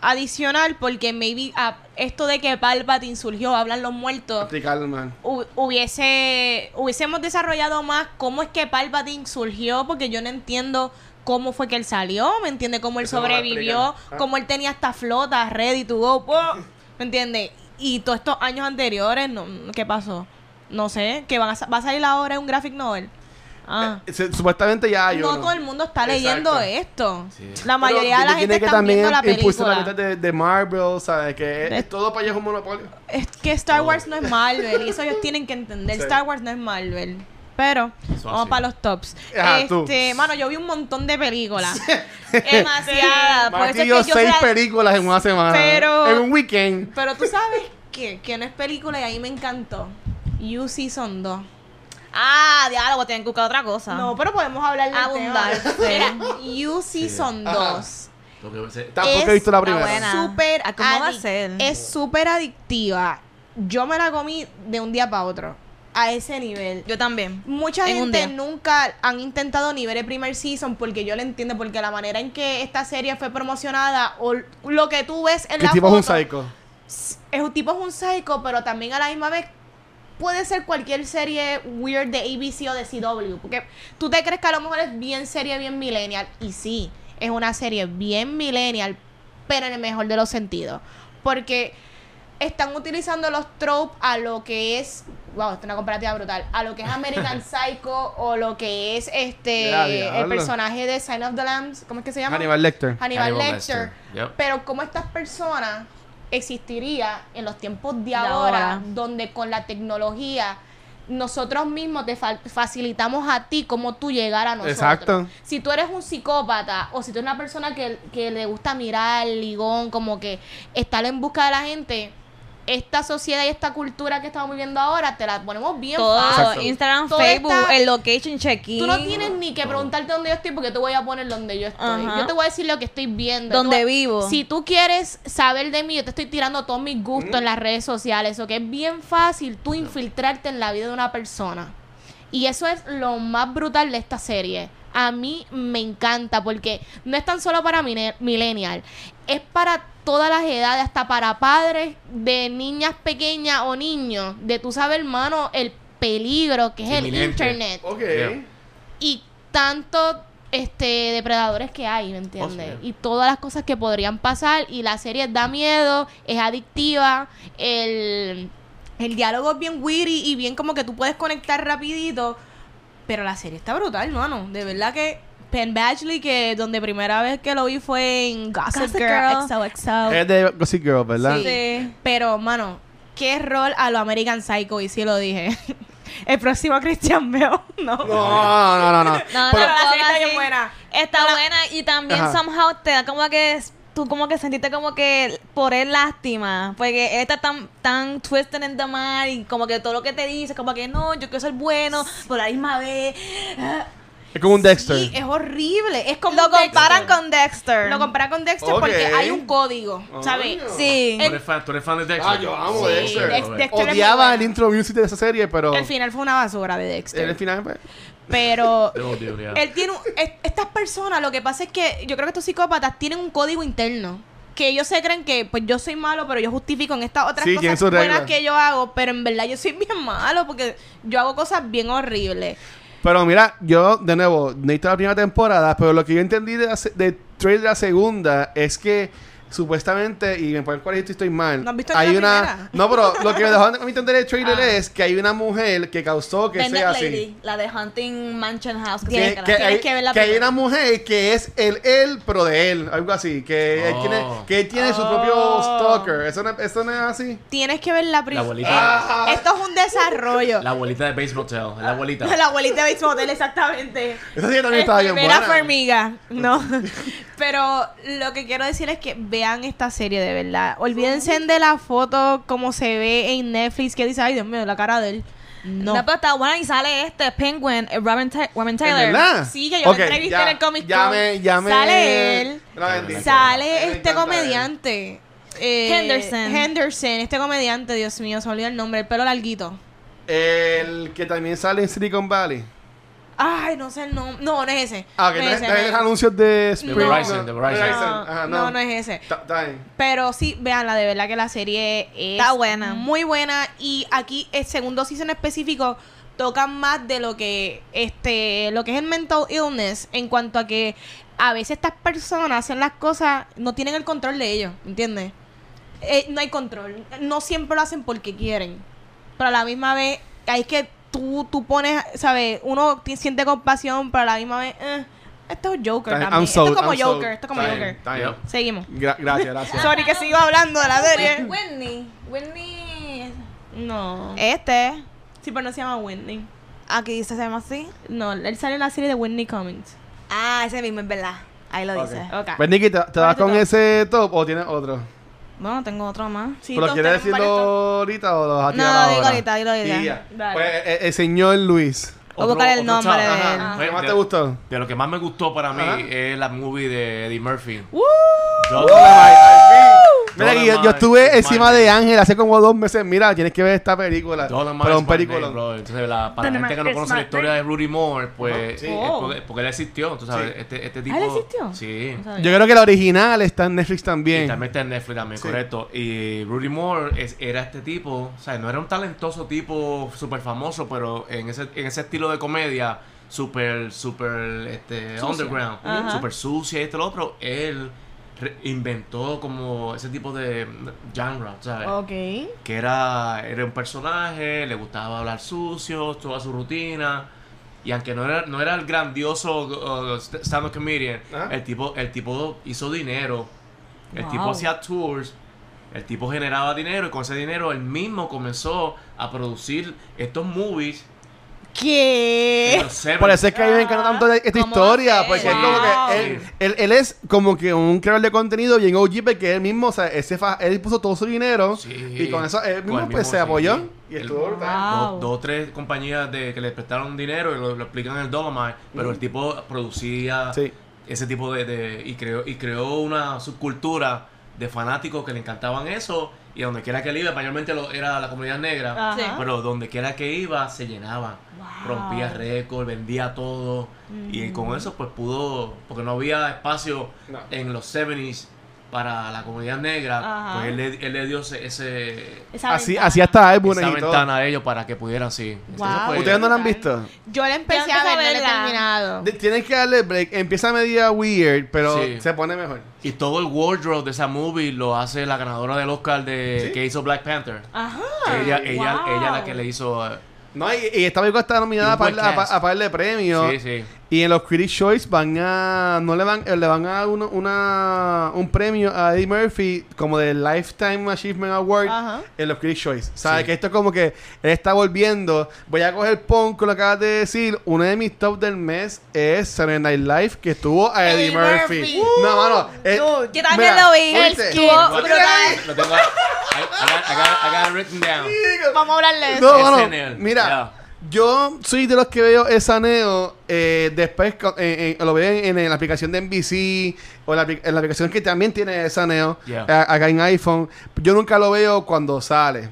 adicional porque maybe ah, esto de que Palpatine surgió, hablan los muertos, Explicarlo, man. hu- hubiese hubiésemos desarrollado más cómo es que Palpatine surgió porque yo no entiendo cómo fue que él salió, ¿me entiende? Cómo él Eso no lo sobrevivió, explican. Ah. cómo él tenía esta flota ready to go. po. ¿Me entiendes? Y todos estos años anteriores, no, ¿qué pasó? No sé, que van a, sa- va a salir ahora un graphic novel. Ah. Se- supuestamente ya Eh, hay no uno. todo el mundo está Exacto. leyendo esto. Sí. La Pero mayoría de la tiene gente que está viendo la impulsar película. la venta de, de Marvel, ¿sabes? Que es- De- es todo para allá es un monopolio. Es que Star Wars no es Marvel y eso ellos tienen que entender. Sí. Star Wars no es Marvel. Pero Eso vamos así. para los tops. Ajá, Ah, tú. este, mano, yo vi un montón de películas. Demasiada. Por eso Martí es que vio yo seis soy- películas en una semana. Pero- En un weekend. Pero tú sabes que, que no es película y a mí me encantó. You Season 2. Ah, diálogo, tienen que buscar otra cosa. No, pero podemos hablar de Abundar, Mira, You Season Ajá. 2. Lo que se- Tampoco he Es visto la la primera. buena. Súper Ah, ¿cómo va a adic- ser? Es súper adictiva. Yo me la comí de un día para otro. A ese nivel. Yo también. Mucha En un gente día. nunca han intentado ni ver el primer season porque yo lo entiendo, porque la manera en que esta serie fue promocionada o l- lo que tú ves en ¿Qué la tipo es foto un psycho? es un tipo es un psycho, pero también a la misma vez puede ser cualquier serie weird de ABC o de CW, porque tú te crees que a lo mejor es bien serie bien millennial y sí, es una serie bien millennial, pero en el mejor de los sentidos, porque están utilizando los tropes a lo que es, wow, esto es una comparativa brutal, a lo que es American Psycho o lo que es este Ya, el diablo. personaje de Sign of the Lambs, ¿cómo es que se llama? Hannibal Lecter. Hannibal, Hannibal Lecter. Lecter, yep. Pero cómo estas personas existiría en los tiempos de ahora. ahora, donde con la tecnología nosotros mismos te fa- facilitamos a ti cómo tú llegar a nosotros. Exacto. Si tú eres un psicópata o si tú eres una persona que, que le gusta mirar, ligón, como que estar en busca de la gente, esta sociedad y esta cultura que estamos viviendo ahora te la ponemos bien Todo, fácil. Exacto. Instagram, Todo Facebook, está- el location check-in. Tú no tienes ni que preguntarte dónde yo estoy porque te voy a poner donde yo estoy. Ajá. Yo te voy a decir lo que estoy viendo. Donde Tú- vivo. Si tú quieres saber de mí, yo te estoy tirando todos mis gustos en las redes sociales. O que es bien fácil tú infiltrarte en la vida de una persona. Y eso es lo más brutal de esta serie. A mí me encanta porque no es tan solo para mine- millennial, es para todas las edades, hasta para padres de niñas pequeñas o niños, de tú sabes, hermano, el peligro que es el Inminente. internet Ok. Yeah. y tanto este depredadores que hay, ¿me entiendes? Oh, sí. Y todas las cosas que podrían pasar y la serie da miedo, es adictiva, el el diálogo es bien witty y bien como que tú puedes conectar rapidito, pero la serie está brutal, mano, de verdad que Penn Badgley que donde primera vez que lo vi fue en Gossip, Gossip Girl, Girl. XOXO. Es de Gossip Girl, ¿verdad? Oh. Sí. Sí. Pero, mano, qué rol a lo American Psycho y sí lo dije. El próximo Christian Bale, no. No, no, no, no. No, Pero- no, la no, serie está sí. bien buena. Está buena y también Ajá. somehow te da como que es- tú como que sentiste como que por él lástima, porque él está tan tan twisted en the mind y como que todo lo que te dice como que no, yo quiero ser bueno, por la misma vez. es como un Dexter. Sí, es horrible. Es como Lo un Dexter. comparan con Dexter. Lo comparan con Dexter Ok. porque hay un código, Coño. ¿sabes? sí. ¿Tú eres fan, tú eres fan de Dexter? Ah, yo amo Sí, Dexter. Dex- Dexter es muy Odiaba buena. el intro music de esa serie, pero El final fue una basura de Dexter. en el final, pues, Pero Debo de unidad. él tiene un- es- estas personas, lo que pasa es que yo creo que estos psicópatas tienen un código interno. Que ellos se creen que, pues yo soy malo, pero yo justifico en estas otras Sí, tienen cosas sus buenas reglas. que yo hago, pero en verdad yo soy bien malo porque yo hago cosas bien horribles. Pero mira, yo, de nuevo, necesito la primera temporada, pero lo que yo entendí de la se- del trailer de la segunda es que supuestamente, y me pueden corregir si estoy mal, ¿No has visto ni hay la primera? una... No, pero lo que me dejó de- entender el trailer es que hay una mujer que causó que The Night sea así. Lady, la de Hunting Mansion House. que Que- se que, llama. hay, que ver la que hay primera. una mujer que es el él, pero de él, algo así, que él Oh. tiene, que él tiene su propio Oh. stalker. ¿Eso no, eso no es así? Tienes que ver la La primera. abuelita. esto es un desarrollo. La abuelita de Baseball Tale, la abuelita. La abuelita de Bates Motel, exactamente. Esa serie también estaba bien Primera buena. formiga, no. Pero lo que quiero decir es que vean esta serie de verdad. Olvídense de la foto como se ve en Netflix que dice, ay Dios mío, la cara de él. No. No, pero está buena y sale este Penguin, eh, Robin, Ty- Robin ¿En Taylor. verdad? Sí, que yo lo Ok, entrevisté ya- en el Comic Con. ya me- ya me- Sale él. La bendita. Sale Me este encanta él. comediante. eh, Henderson. Henderson, este comediante, Dios mío, se me olvidó el nombre, el pelo larguito. El que también sale en Silicon Valley. Ay, no sé el nombre. No, no es ese. Ah, que no, es trae ese, trae no es los anuncios de De Sprint. Verizon, de Verizon. Ajá, ese. no. no, no es ese. Ta- está bien. Pero sí, veanla, de verdad que la serie es Está buena. muy buena. Y aquí eh, el segundo season específico tocan más de lo que este lo que es el mental illness en cuanto a que a veces estas personas hacen las cosas no tienen el control de ellos, ¿entiendes? eh, no hay control. No siempre lo hacen porque quieren. Pero a la misma vez, hay que tú, tú pones, ¿sabes? Uno ti- siente compasión, pero a la misma vez, eh, esto es Joker también. I'm esto sold, es como I'm sold. Joker, esto es como Está bien, Joker. está bien. Seguimos. Gra- gracias, gracias. Sorry que sigo hablando de la serie. Whitney. Whitney. No. Este. Sí, pero no se llama Whitney. Aquí dice, se llama así. No, él sale en la serie de Whitney Cummings. Ah, ese mismo es verdad. Ahí lo dice. Ok. Pues, Nikki, ¿te, te vas tú con top. ese top o tienes otro? Bueno, tengo otro más. Sí, ¿Pero todos quieres tenemos decirlo varios ahorita o lo vas a No, tirar lo ahora? digo ahorita, dilo ahorita. Y ya. Dale. Pues, eh, el señor Luis. Voy a buscar el otro nombre chavo. de Ajá. él. Ajá. ¿Qué más De- te gustó? De lo que más me gustó para mí Ajá. es la movie de Eddie Murphy. ¡Woo! Dolomite. Mira, que yo, yo Dolomite, estuve Dolomite. encima de Ángel hace como dos meses. Mira, tienes que ver esta película. Dolomite Pero es un my película. name, bro. Entonces, la, para la Dolomite gente que no is conoce my la historia de Rudy Moore, pues Sí. es Oh. porque, porque él existió, tú sabes, Sí. este, este tipo. él existió? Sí. Yo creo que la original está en Netflix Y también. también está en Netflix también, Sí. correcto. Y Rudy Moore es- era este tipo, o sea, no era un talentoso tipo súper famoso, pero en ese, en ese estilo de comedia, súper, súper, este, underground, Ajá. súper sucia y esto y lo otro, él re- inventó como ese tipo de genre, ¿sabes? Ok. Que era, era un personaje, le gustaba hablar sucio, toda su rutina. Y aunque no era, no era el grandioso uh, st- stand-up comedian, Ajá. el tipo, el tipo hizo dinero. El tipo Wow. hacía tours. El tipo generaba dinero y con ese dinero él mismo comenzó a producir estos movies. en Eh. ¿Qué? los 70s. Por eso es que a mí me encanta tanto esta Ah, ¿cómo va a historia. ser? Porque es Wow. como que él, él- él es como que un creador de contenido bien OG, porque él mismo, o sea, él, se fa- él puso todo su dinero Sí. y con eso él Con mismo, el pues, mismo, se sí. apoyó. Y El- estuvo brutal. Wow. Dos, dos, tres compañías de, que le prestaron dinero y lo, lo explican en el Dolomite, pero Mm. el tipo producía Sí. ese tipo de, de- y creó y creó una subcultura de fanáticos que le encantaban eso y a donde quiera que él iba, mayormente lo- era la comunidad negra, Ajá. Sí. pero donde quiera que iba se llenaba, rompía récord, vendía todo y Mm. con eso pues pudo, porque no había espacio No. en los 70s para la comunidad negra, Ajá. pues él, le- él le dio ese, ese Esa Así, ventana. así hasta álbumes esa y todo. ventana a ellos para que pudieran, sí. Entonces, Wow. pues, ¿Ustedes no la han visto? Yo la empecé Yo empecé a a ver, no la he verla. terminado. De- tienes que darle break. Empieza media weird, pero Sí. se pone mejor. Y todo el wardrobe de esa movie lo hace la ganadora del Oscar de que hizo Black Panther. Ajá. ella, ella, wow. ella la que le hizo. eh, No, y, y esta película está nominada Y a un buen par, a, pa- cast. a par de premios. sí, sí. Y en los Critics Choice van a. No le van. eh, Le van a dar uno- una, un premio a Eddie Murphy como de Lifetime Achievement Award Ajá. en los Critics Choice. ¿Sabes? Sí. Que esto es como que él está volviendo. Voy a coger pon con lo que acabas de decir. Uno de mis top del mes es Saturday Night Live que estuvo a Eddie, Eddie Murphy. Murphy. no, mano. eh, Dude, yo también lo vi. Es ¿oíste? que- Lo tengo. Lo tengo I, I got, I got- I got it written down. Vamos a hablarle de eso. No, Ese mano, neo. mira, Ya. yo soy de los que veo esa neo eh, después co- eh, eh, lo veo en, en la aplicación de NBC o la, apli- en la aplicación que también tiene esa neo Yeah. eh, acá en iPhone. Yo nunca lo veo cuando sale.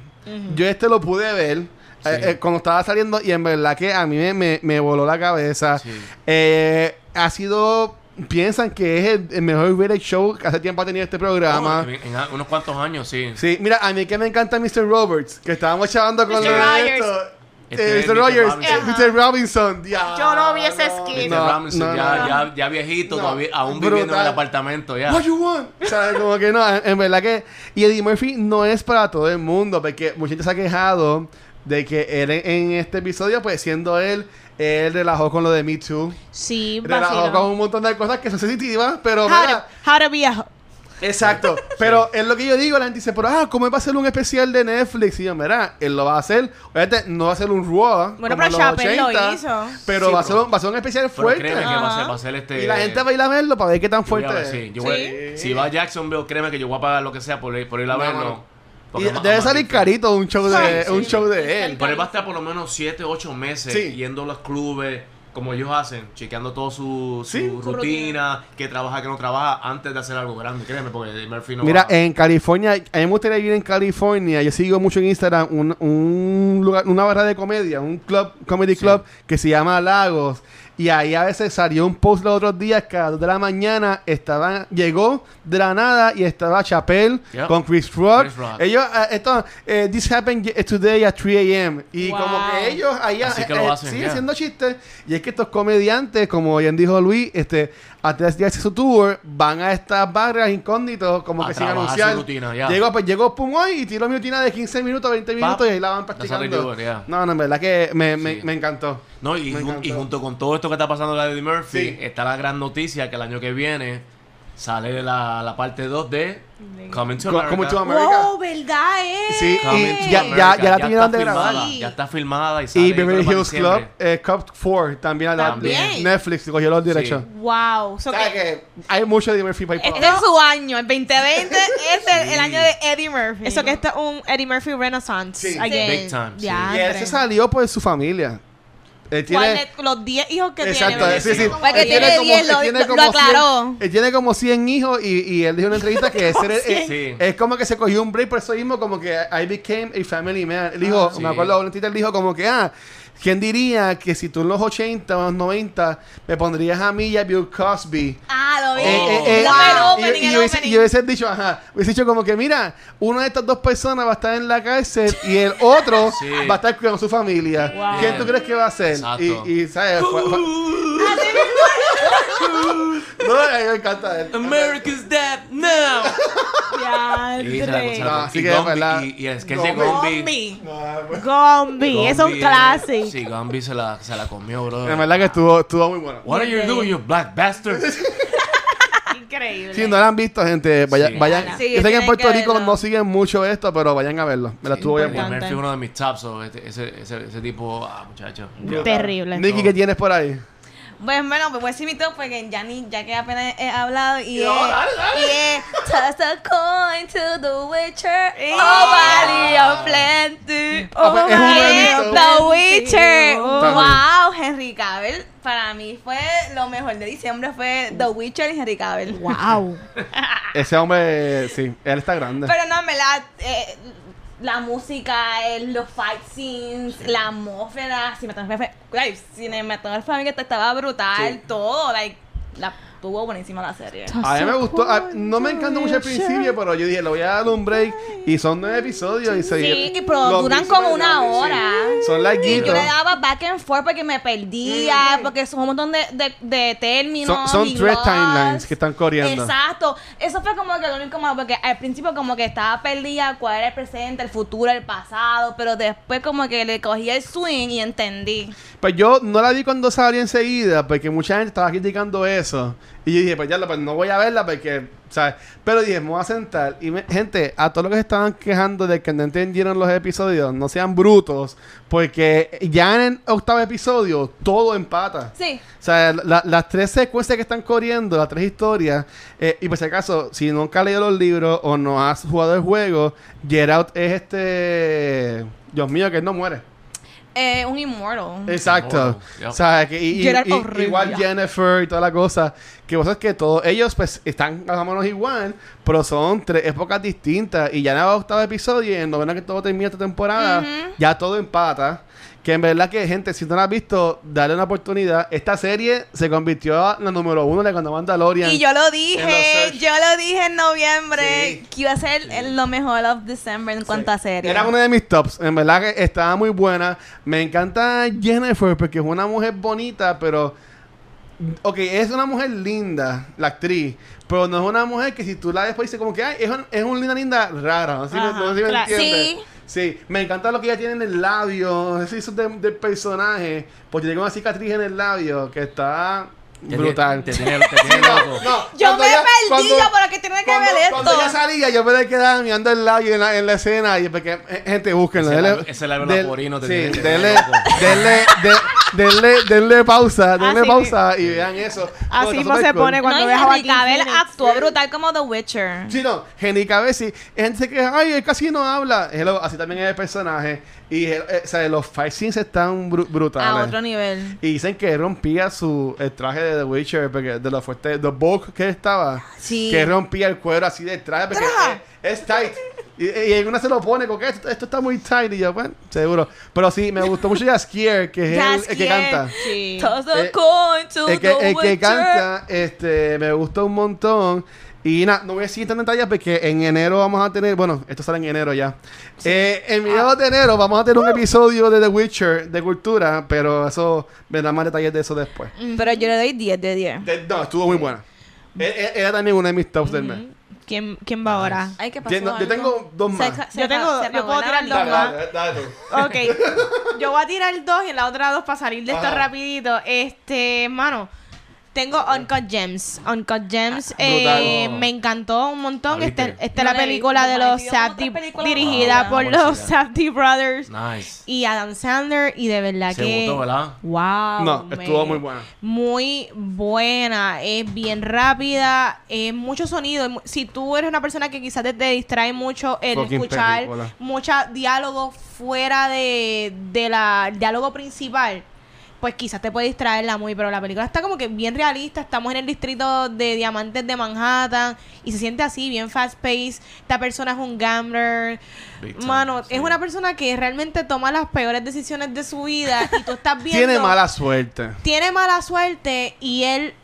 Yo este lo pude ver. eh, Sí. eh, cuando estaba saliendo y en verdad que a mí me, me- me voló la cabeza. Sí. Eh, ha sido... Piensan que es el, el mejor rated show que hace tiempo ha tenido este programa. Oh, en, en a- unos cuantos años, sí. Sí, mira, a mí que me encanta Mr. Roberts, que estábamos chavando con Mr. lo de Rogers. esto. Este Eh, es Mr. Mr. Rogers, eh, Robinson. Mr. Robinson, diablo. Yo no vi ese skit. Mr. No, Robinson, no, ya, no. ya, ya viejito, No. todavía, aún viviendo en el Brutal. apartamento. ya. What you want? O sea, como que no, en en verdad que. Y Eddie Murphy no es para todo el mundo, porque mucha gente se ha quejado de que él en, en este episodio, pues siendo él, él relajó con lo de Me Too. Sí, Relajó vacilo. con un montón de cosas que son sensitivas, pero. How mira, to- how to be a ho- Exacto. Pero es lo que yo digo, la gente dice, pero ah, ¿cómo él va a hacer un especial de Netflix? Y yo, mira, él lo va a hacer. Obviamente, no va a hacer un Raw. Bueno, como pero los Chappelle lo 80, hizo. Pero Sí, va, a ser pero- un, va a ser un especial Pero fuerte. créeme que va a Ajá. ser, va a ser este. Y la gente va a ir a verlo para ver qué tan yo voy a fuerte ver, es. sí, yo voy- Sí. Si va a Jacksonville, créeme que yo voy a pagar lo que sea por ir, por ir a No, verlo. no. Y Porque es más- debe más salir difícil. carito un show de, Sí, un sí. show de él. Pero él va a estar por lo menos 7, 8 meses Sí. yendo a los clubes, como ellos hacen, chequeando toda su, su Sí. rutina, qué trabaja, qué no trabaja, antes de hacer algo grande, créeme, porque Murphy no Mira, eh, va- en California, a mí me gustaría ir en California. Yo sigo mucho en Instagram un, un lugar, una barra de comedia, un club, comedy Sí. club que se llama Lagos. Y ahí a veces salió un post los otros días que a las dos de la mañana estaban, llegó de la nada y estaba Chappelle Yep. con Chris Rock. Chris Rock. Ellos, eh, esto, eh, this happened ye- today at 3 a.m. Y Wow. como que ellos ahí Así eh, que lo eh, hacen, siguen ya. haciendo chistes. Y es que estos comediantes, como bien dijo Luis, este, antes de hacer su tour, van a estas barras incógnitos como A que sin trabajar su anunciar. rutina, ya. Llegó, pues llegó pum hoy y tiró mi rutina de 15 minutos, 20 minutos y ahí la van that's practicando. how they do it, yeah. No, no, en verdad que me, me, Sí. me encantó. No, y, Me jun- encantó. y junto con todo esto que está pasando la de Eddie Murphy, Sí. está la gran noticia que el año que viene sale la, la parte 2 de Coming to Co- America. Coming to America. Wow, ¿verdad? Eh? Sí, Coming y to ya- America. ya- ya la está terminaron de grabar. filmada, Sí. Ya está filmada y sale Y yo creo, Beverly para Hills Club, diciembre. eh, Cop 4 también, la- También. Netflix cogió los derechos. Wow. so O sea que- que hay mucho de Eddie Murphy para ir Este para es su año, el 2020 es este el, el año de Eddie Murphy. Eso que este es un Eddie Murphy Renaissance. Sí. again. Big time, sí. Diantre. Y él se salió por su familia. Él ¿Cuál tiene, de los 10 hijos que exacto, tiene? ¿verdad? sí, sí. Porque Él tiene como- 10, él lo- tiene lo como 100 aclaró. él tiene como 100 hijos y, y él dijo en una entrevista que ese era- eh, Sí. es como que se cogió un break por eso mismo, como que I became a family man. Él dijo, Ah, sí. me acuerdo, una entrevista él dijo como que, ah, ¿quién diría que si tú en los 80 o los 90 me pondrías a mí y a Bill Cosby? Ah, lo vi. Eh, eh, eh, Lo- ah, el opening, y- y el yo hubiese- opening. yo hubiese dicho, ajá, hubiese dicho como que, mira, una de estas dos personas va a estar en la cárcel y el otro Sí. va a estar con su familia. Wow. ¿Quién tú crees que va a ser? Exacto. Y, y, ¿sabes? Fue- fue- no, a mí me encanta él. America's Dad Now. Y se la Diantre. cosa- No, y así Ah, que, Gumby, ¿verdad? y, y el sketch de Gumby. Gumby. No, bueno. Gombi, es un Gumby, eh, clásico. Sí, Gumby se la, se la comió, bro. En verdad que estuvo, estuvo muy bueno. What are you doing, you black bastard? Increíble. Si no la han visto, gente, vaya- Sí. vayan. Sí, Yo sé que en tienen Puerto que Rico verlo. no siguen mucho esto, pero vayan a verlo. Me la estuvo bien Eddie buena. Murphy es uno de mis tops, so, este- ese, ese, ese tipo, ah, muchacho. Terrible. Nicky, ¿qué tienes por ahí? Pues bueno, pues voy a decir mi top porque ya, ni, ya que apenas he hablado y No, es- dale, dale. y es Toss a coin to the witcher Oh, Valley of Plenty Ah, Oh, pues, es un Valley granito. of the Witcher Está Wow, Henry Cavill Para mí fue lo mejor de diciembre Fue The Witcher y Henry Cavill Wow. Ese hombre, sí, él está grande. Pero no, me la la música, eh, los fight scenes, la atmósfera, cinematografía, ay, cinematografía que te estaba brutal, Sí. todo, like, la tuvo buenísima la serie. A mí me gustó, a- no me encantó mucho al principio, pero yo dije, le voy a dar un break. Y son nueve episodios y se Sí, y pero los duran mismos como una grandes, sí. hora. Son Y yo larguitos. le daba back and forth porque me perdía, porque son un montón de, de, de términos. Son- son y tres logs. timelines que están corriendo. Exacto. Eso fue como que lo único malo, porque al principio como que estaba perdida cuál era el presente, el futuro, el pasado, pero después como que le cogí el swing y entendí. Pues yo no la vi cuando salió enseguida, porque mucha gente estaba criticando eso. Y yo dije, pues ya, lo- pues no voy a verla porque, ¿sabes? Pero dije, me voy a sentar. Y me- gente, a todos los que se estaban quejando de que no entendieron los episodios, no sean brutos, porque ya en el octavo episodio todo empata. Sí. O sea, la- las tres secuencias que están corriendo, las tres historias, eh, y por si acaso, si nunca has leído los libros o no has jugado el juego, Geralt es este... Dios mío, que él no muere. Eh, un inmortal. Exacto. Oh, yeah. O sea, que y- y- Gerard y- O'Reilly. igual Jennifer y toda la cosa. Que vos sabés que todos ellos pues están más o menos igual, pero son tres épocas distintas. Y ya en el octavo episodio y en el noveno que todo termina esta temporada, ya todo empata. Que en verdad que, gente, si no la has visto, dale una oportunidad. Esta serie se convirtió en la número uno de cuando Mandalorian. Y yo lo En los dije, search. yo lo dije en noviembre Sí. que iba a ser el- lo mejor of December en cuanto a serie. Era una de mis tops. En verdad que estaba muy buena. Me encanta Jennifer porque es una mujer bonita, pero. Ok, es una mujer linda, la actriz. Pero no es una mujer que si tú la ves, pues dices como que, ay, es, un- es una linda, linda rara. No sé si me- Ajá, no sé si me claro. entiendes. Sí. Sí, me encanta lo que ella tiene en el labio. Eso hizo de- del personaje. Porque tiene una cicatriz en el labio que está Te- brutal. Te tiene, te tiene loco. Yo cuando me ella- perdí, cuando- yo, pero que tiene que cuando- ver esto. Cuando ella salía, yo me quedaba mirando el labio en la, en la escena. Y porque, eh, gente, búsquenlo. Ese denle- labio- ese labio del- laporino te sí, tiene que denle, tener loco. denle, de- denle, denle pausa, denle Así pausa y vean eso. Ah, Así Porque está mismo se súper cool. pone cuando no, y ves a Henry Joaquín Cavill Phoenix. actuó brutal como The Witcher. Sí, no, Henry Cabezzi, gente que, ay, él casi no habla. Hello, así también es el personaje. Y eh, eh, o sea, los fight scenes están bru- a brutales. otro nivel. Y dicen que rompía su el traje de The Witcher porque de lo Ah, fuerte, the book que él estaba. Sí. Que rompía el cuero así del traje porque es, es tight. Y, y alguna se lo pone con que esto, esto está muy tight. Y yo, bueno, seguro. Pero sí, me gustó mucho Jaskier, que es el- el, que Jaskier. canta. Sí. Toss a Eh, coin to El que, the el que winner. canta, este, me gustó un montón. Y nada, no voy a decir tantos detalles porque en enero vamos a tener, bueno, esto sale en enero ya. Eh, en mediados de enero vamos a tener un episodio de The Witcher de cultura, pero eso vendrán más detalles de eso después. Pero yo le doy 10 de 10. De- no, estuvo muy buena. E- e- Era también una de mis tops del mes. ¿Quién, quién va ahora? Ay, ¿qué pasó? Yo, no- yo algo? tengo dos Se más. ca- se Yo pa- tengo- se yo apagó puedo la tirar lámpara. dos más. dale tú. Ok, yo voy a tirar dos y en la otra dos para salir de esto Ajá. rapidito. Este, mano, tengo Uncut Gems. Uncut Gems eh, brutal. me encantó un montón. ¿La Esta viste? esta es la No la he película visto, de no la he los visto. Como Safdie, otras películas. dirigida Ah, por buenísima. los Safdie Brothers Nice. y Adam Sandler y de verdad Se que votó, ¿verdad? wow No, me- estuvo muy buena. muy buena es bien rápida es mucho sonido es mu- si tú eres una persona que quizás te, te distrae mucho el Fucking escuchar película. mucho diálogo fuera de, de la el diálogo principal pues quizás te puede distraerla muy, pero la película está como que bien realista. Estamos en el distrito de diamantes de Manhattan y se siente así, bien fast paced. Esta persona es un gambler. Big time, Mano, sí. es una persona que realmente toma las peores decisiones de su vida y tú estás viendo. Tiene mala suerte. tiene mala suerte y él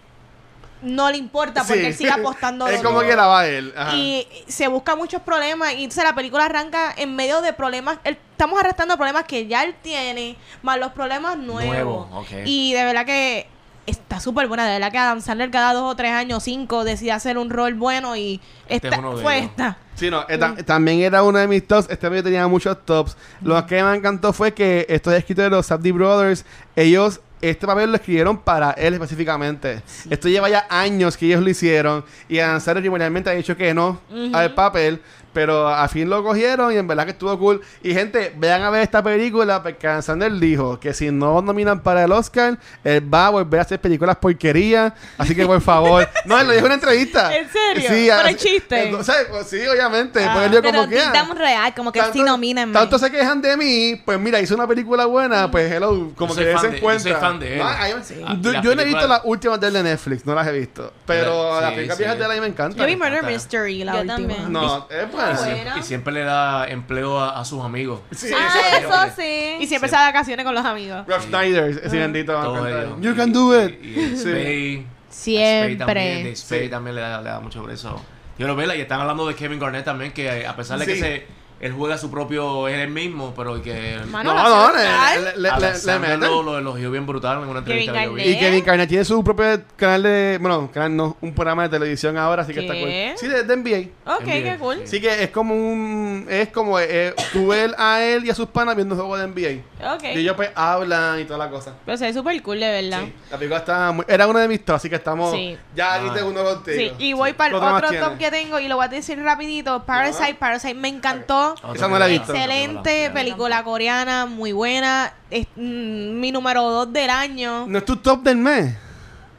no le importa porque Sí. él sigue apostando. es duro. como que la va él. Ajá. Y se busca muchos problemas. Y entonces la película arranca en medio de problemas. él- estamos arrastrando problemas que ya él tiene, más los problemas nuevos. Nuevo, ok. Y de verdad que está súper buena. De verdad que Adam Sandler cada dos o tres años, cinco, decide hacer un rol bueno y pues, Este es esta, uno de fue ellos. esta. Sí, no, eh, ta- Mm. también era uno de mis tops. Este video tenía muchos tops. Lo Mm. que me encantó fue que estos escritores de los Safdie Brothers, ellos, este papel lo escribieron para él específicamente. Esto lleva ya años que ellos lo hicieron. Y Adam Sandler primordialmente ha dicho que no al papel. Pero a fin lo cogieron y en verdad que estuvo cool. Y gente, vean a ver esta película porque Adam Sandler dijo que si no nominan para el Oscar, él va a volver a hacer películas porquerías. Así que por favor. no, él lo dijo en una entrevista. ¿En serio? Sí, ¿Pero así- es chiste? entonces, ¿sabes? Pues sí, obviamente. Ah. porque él dio Pero como que. ah, damos real, como que sí nomínenme. tanto se quejan de mí, pues mira, hizo una película buena, pues hello, como Yo que soy fan se de- yo encuentra. soy fan de él. No, a mí- Sí. yo- Ah, y Yo, las no he visto películas- las últimas del de Netflix, no las he visto. Pero Sí, las películas sí. viejas de él a mí me Yo encantan. vi Murder Está bien. Mystery, la Yo última. también. No, es Y buena. siempre, y siempre le da empleo a, a sus amigos. Sí, Ah, sí. eso Y sí. siempre se va de vacaciones con los amigos. Rob Schneider, ese bendito. me Todos encanta. ellos. You Y- can do y- it. Y, el Sí. Spade. Spade también, de Siempre. Spade Sí. también le da, le da mucho por eso. Yo lo veo, y están hablando de Kevin Garnett también, que eh, a pesar de que Sí. se, él juega su propio, es el mismo, pero que... Mano, No, la no, le, cerebral. le- le- le- le Alexander meten. lo, lo elogió bien brutal en una entrevista que yo vi. Garnett. Y Kevin Garnett tiene su propio canal de. Bueno, canal no, un programa de televisión ahora, así que está ¿Qué? cool. Sí, de, de NBA. Ok, NBA, qué cool. Así que es como un. Es como eh, tú ves a él y a sus panas viendo juegos de NBA. Ok. Y ellos pues hablan y toda la cosa. Pero se ve súper cool, de verdad. Sí. La película está muy- Era uno de mis tops, así que estamos. Sí. Ya Ah. diste uno Sí, contigo. y voy para el ¿Qué otro más otro tienes? top que tengo y lo voy a decir rapidito. Parasite, Parasite me encantó. Otra Esa Ah, no la he película. visto. Excelente película coreana, muy buena. Es mm, mi número 2 del año. No es tu top del mes.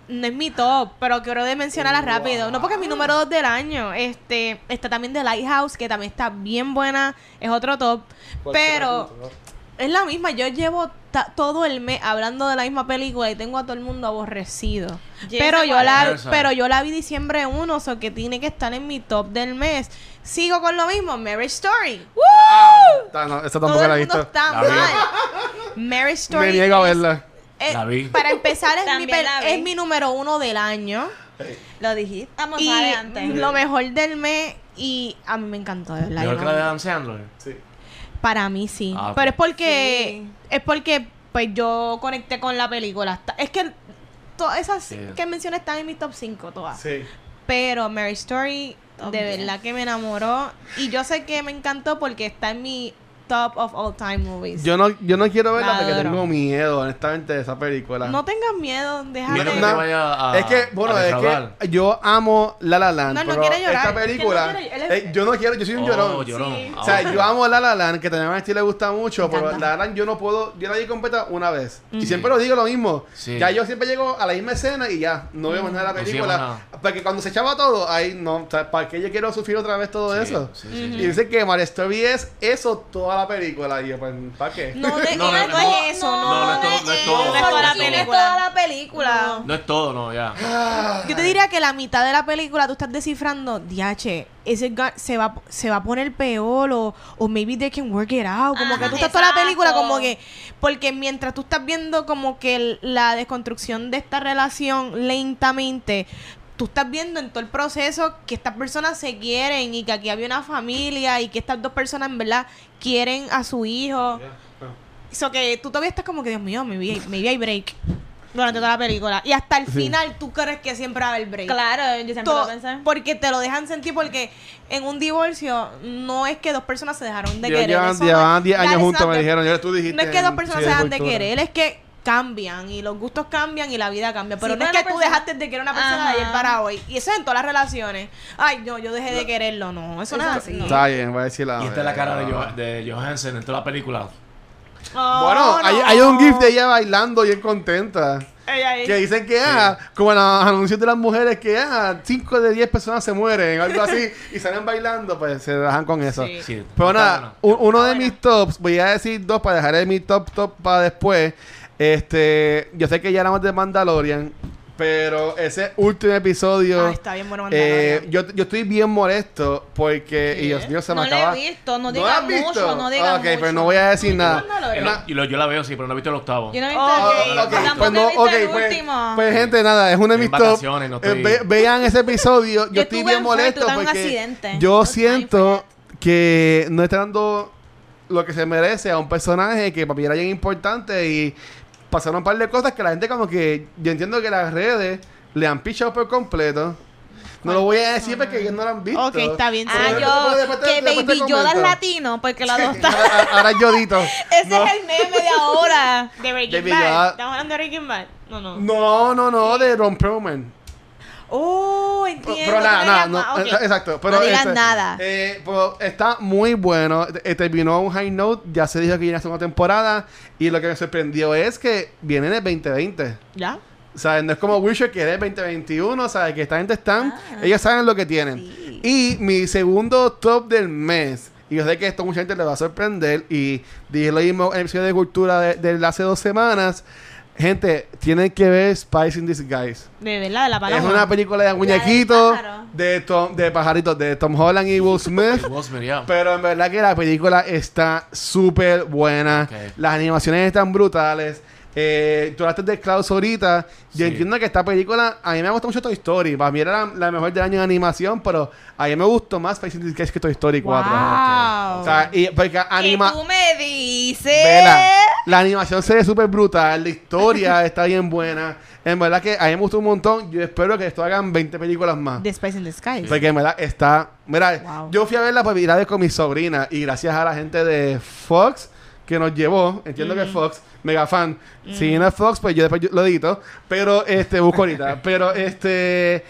No es mi top, pero quiero de mencionarla rápido. No porque es mi número 2 del año. Este, está también The Lighthouse, que también está bien buena. Es otro top. Pero es la misma. Yo llevo ta- todo el mes hablando de la misma película y tengo a todo el mundo aborrecido. Ya pero sé yo cuál la es. pero yo la vi diciembre 1, o sea que tiene que estar en mi top del mes. Sigo con lo mismo, Marriage Story. Uh, Ah, no, esa Todo tampoco el la he mundo visto. está La vi. mal. Marriage Story. Me niego a es- verla. eh, La vi. Para empezar, es, mi, También pel- la vi. es mi número uno del año. Lo dijiste. Vamos y adelante. lo mejor del mes. Y a mí me encantó, de verdad. Mejor yo que no- la de Adam Sandler. Sí. Para mí sí. Ah, ok. Pero es porque. Es porque pues yo conecté con la película. Está- Es que todas esas Sí. que mencioné están en mi top 5 todas. Sí. Pero Mary Story, Top de 10. verdad que me enamoró. Y yo sé que me encantó porque está en mi top of all time movies. Yo no, yo no quiero verla La porque adoro. tengo miedo, honestamente, de esa película. no tengas miedo, déjate. Mira que no, te no. vaya a es que, bueno, a es defraudar. que yo amo La La Land. No, no pero quiere llorar, Esta es que no película. quiere- él es- eh, yo no quiero, yo soy un Oh, llorón. llorón. Sí. O sea, Ahora. yo amo La La Land, que también a Steve le gusta mucho, Me pero encanta. La La Land yo no puedo, yo la vi completa una vez. Y Sí. siempre lo digo lo mismo. Sí. Ya yo siempre llego a la misma escena y ya, no veo más nada de la No sigo película. nada. porque cuando se echaba todo, ahí no, o sea, ¿para qué yo quiero sufrir otra vez todo Sí, eso? sí, sí, Y sí. dice que Mario Story es eso toda la película. Y yo, pues, ¿para qué? No, de- No, no, no, no. es eso, no. No, no es todo- no es todo. No es toda la Aquí no es película. toda la película. película. No es todo, no, ya. Yo te diría que la mitad de la película tú estás descifrando, diache, ese gun- se va, se va a poner peor o, o maybe they can work it out. Como que Ajá, tú estás toda la exacto. película como que... Porque mientras tú estás viendo como que el- la desconstrucción de esta relación lentamente... Tú estás viendo en todo el proceso que estas personas se quieren y que aquí había una familia y que estas dos personas en verdad quieren a su hijo. Eso que tú todavía estás como que, Dios mío, me vi, me vi break durante toda la película. Y hasta el final tú crees que siempre va a haber break. Claro, yo siempre To- lo pensé. porque te lo dejan sentir porque en un divorcio no es que dos personas se dejaron de Ya querer. llevan eso llevan no- 10 años Dale, juntos, me exacto. dijeron. Ya tú dijiste. No es que dos en- personas sí, se dejan de cultura. querer, es que cambian y los gustos cambian y la vida cambia. Pero Sí, no es pero que la tú persona- dejaste de querer a una persona de ayer Ajá. para hoy. Y eso es en todas las relaciones. Ay, no, yo dejé de quererlo. No, eso no es así. Está bien, voy a decir la. Y esta es la cara de, Joh- de Johansen en toda la película. Oh, Bueno, hay, no. hay un gif de ella bailando bien contenta. Ella ahí. Que dicen que, ah, como en los anuncios de las mujeres, que, ah, 5 de 10 personas se mueren, o algo así, y salen bailando, pues se dejan con eso. Sí. Sí. Pero está nada, bueno. u- uno de Está mis tops, voy a decir dos para dejar de mi top top para después. Este, yo sé que ya hablamos de Mandalorian, pero ese último episodio. Ah, este está bien bueno eh, Mandalorian. yo, yo estoy bien molesto porque. Y Dios mío, se ¿Eh? no me lo acaba. he visto, no ¿No diga has visto? Ah, mucho, no diga Ok, mucho. pero no voy a decir nada. El- y lo- yo la veo, sí, pero no he visto el octavo. Yo no he visto Oh, el- ok, tampoco Pues he no, visto ok, el pues, último. pues, gente, nada, es uno de mis En top. vacaciones, no Eh, estoy- ve- vean ese estudio. Yo, Yo estoy estuve bien en Fuerte, molesto tuve un porque accidente. yo Pues, siento que no está dando lo que se merece a un personaje que para mí era bien importante y pasaron un par de cosas que la gente como que yo entiendo que las redes le han pichado por completo. No lo voy a decir porque ellos no lo han visto. Ok, está bien. Ah, Pero pues, después- después yo, te- que después pues. te Baby comento. Yoda es latino, porque la dos está. Ahora, ahora es Yodito. Ese es el meme de ahora. De Breaking Baby, Bad. ya- ¿Estamos hablando de Breaking Bad? No, no. No, no, no, de Ron Perlman. Oh, Pero, entiendo. pero nada, que nada, era no, más- ok. eh, exacto. Pero digas nada. eh, pero está muy bueno. Eh, terminó un high note, ya se dijo que viene la segunda temporada. Y lo que me sorprendió es que viene en el 2020. ¿Ya? O sea, no es como Witcher que es el 2021, o sea, que esta gente están, ellos saben lo que tienen. Y mi segundo top del mes, y yo sé que esto mucha gente le va a sorprender, y dije lo mismo en el episodio de cultura de- del hace dos semanas, gente, tienen que ver Spice in Disguise. De verdad, de la palabra. Es una película de muñequitos, pájaro. de, Tom, de pajaritos, de Tom Holland y Will Smith. El Wolfsman, ya. Pero en verdad que la película está súper buena. Ok. Las animaciones están brutales. Eh, tú hablaste de Klaus ahorita. Yo Sí. entiendo que esta película, a mí me gusta mucho Toy Story. Para mí era la, la mejor del año en animación, pero a mí me gustó más Face Disguise que Toy Story 4. Wow. O sea, y porque anima... Que tú me dices. Vela, la animación se ve súper brutal, la historia está bien buena. En verdad que a mí me gustó un montón. Yo espero que esto hagan 20 películas más. The Spice in the Sky. Porque Pues en verdad está. Mira, Wow. yo fui a verla para virales con mi sobrina y gracias a la gente de Fox que nos llevó, entiendo que Fox, mega fan, Mm. si no es Fox, pues yo después yo- lo edito, pero este, busco ahorita, pero este,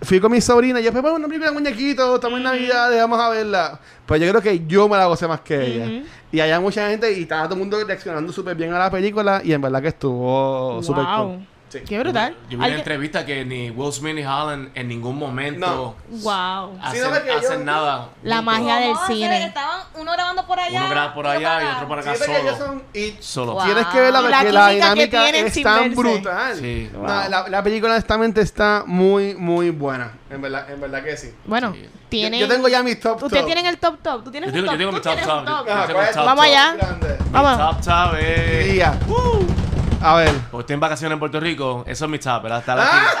fui con mi sobrina y yo, pues bueno, una película de muñequitos, estamos en Navidad, vamos a verla, pues yo creo que yo me la gocé más que ella, y había mucha gente y estaba todo el mundo reaccionando súper bien a la película y en verdad que estuvo súper cool. Wow. Qué brutal. Yo vi una entrevista que ni Will Smith ni Holland en ningún momento Wow. Sí, hacen, no, porque yo- hacen nada. La juntos. magia del No, o sea, cine. Estaban uno grabando por allá. Uno graba por allá y otro por acá Sí, porque ellos solo. son- y Solo. Wow. Tienes que verla Y la porque la, química que dinámica tienen es sin tan verse. brutal. Sí. No, la, la película honestamente está muy, muy buena. En verdad, en verdad que sí. Bueno, Sí. tienen. Yo, yo tengo ya mis top Ustedes top. tienen el top top. Tú tienes Yo el tengo, top. yo tengo Tú mi top tienes top. un yo- top. yo Ajá, tengo ¿cuál mi es top tu Vamos top. allá. grande? Mi Vamos. top top es... Día. A ver. Como estoy en vacaciones en Puerto Rico, eso es mi top, ¿verdad? Está Ah, aquí.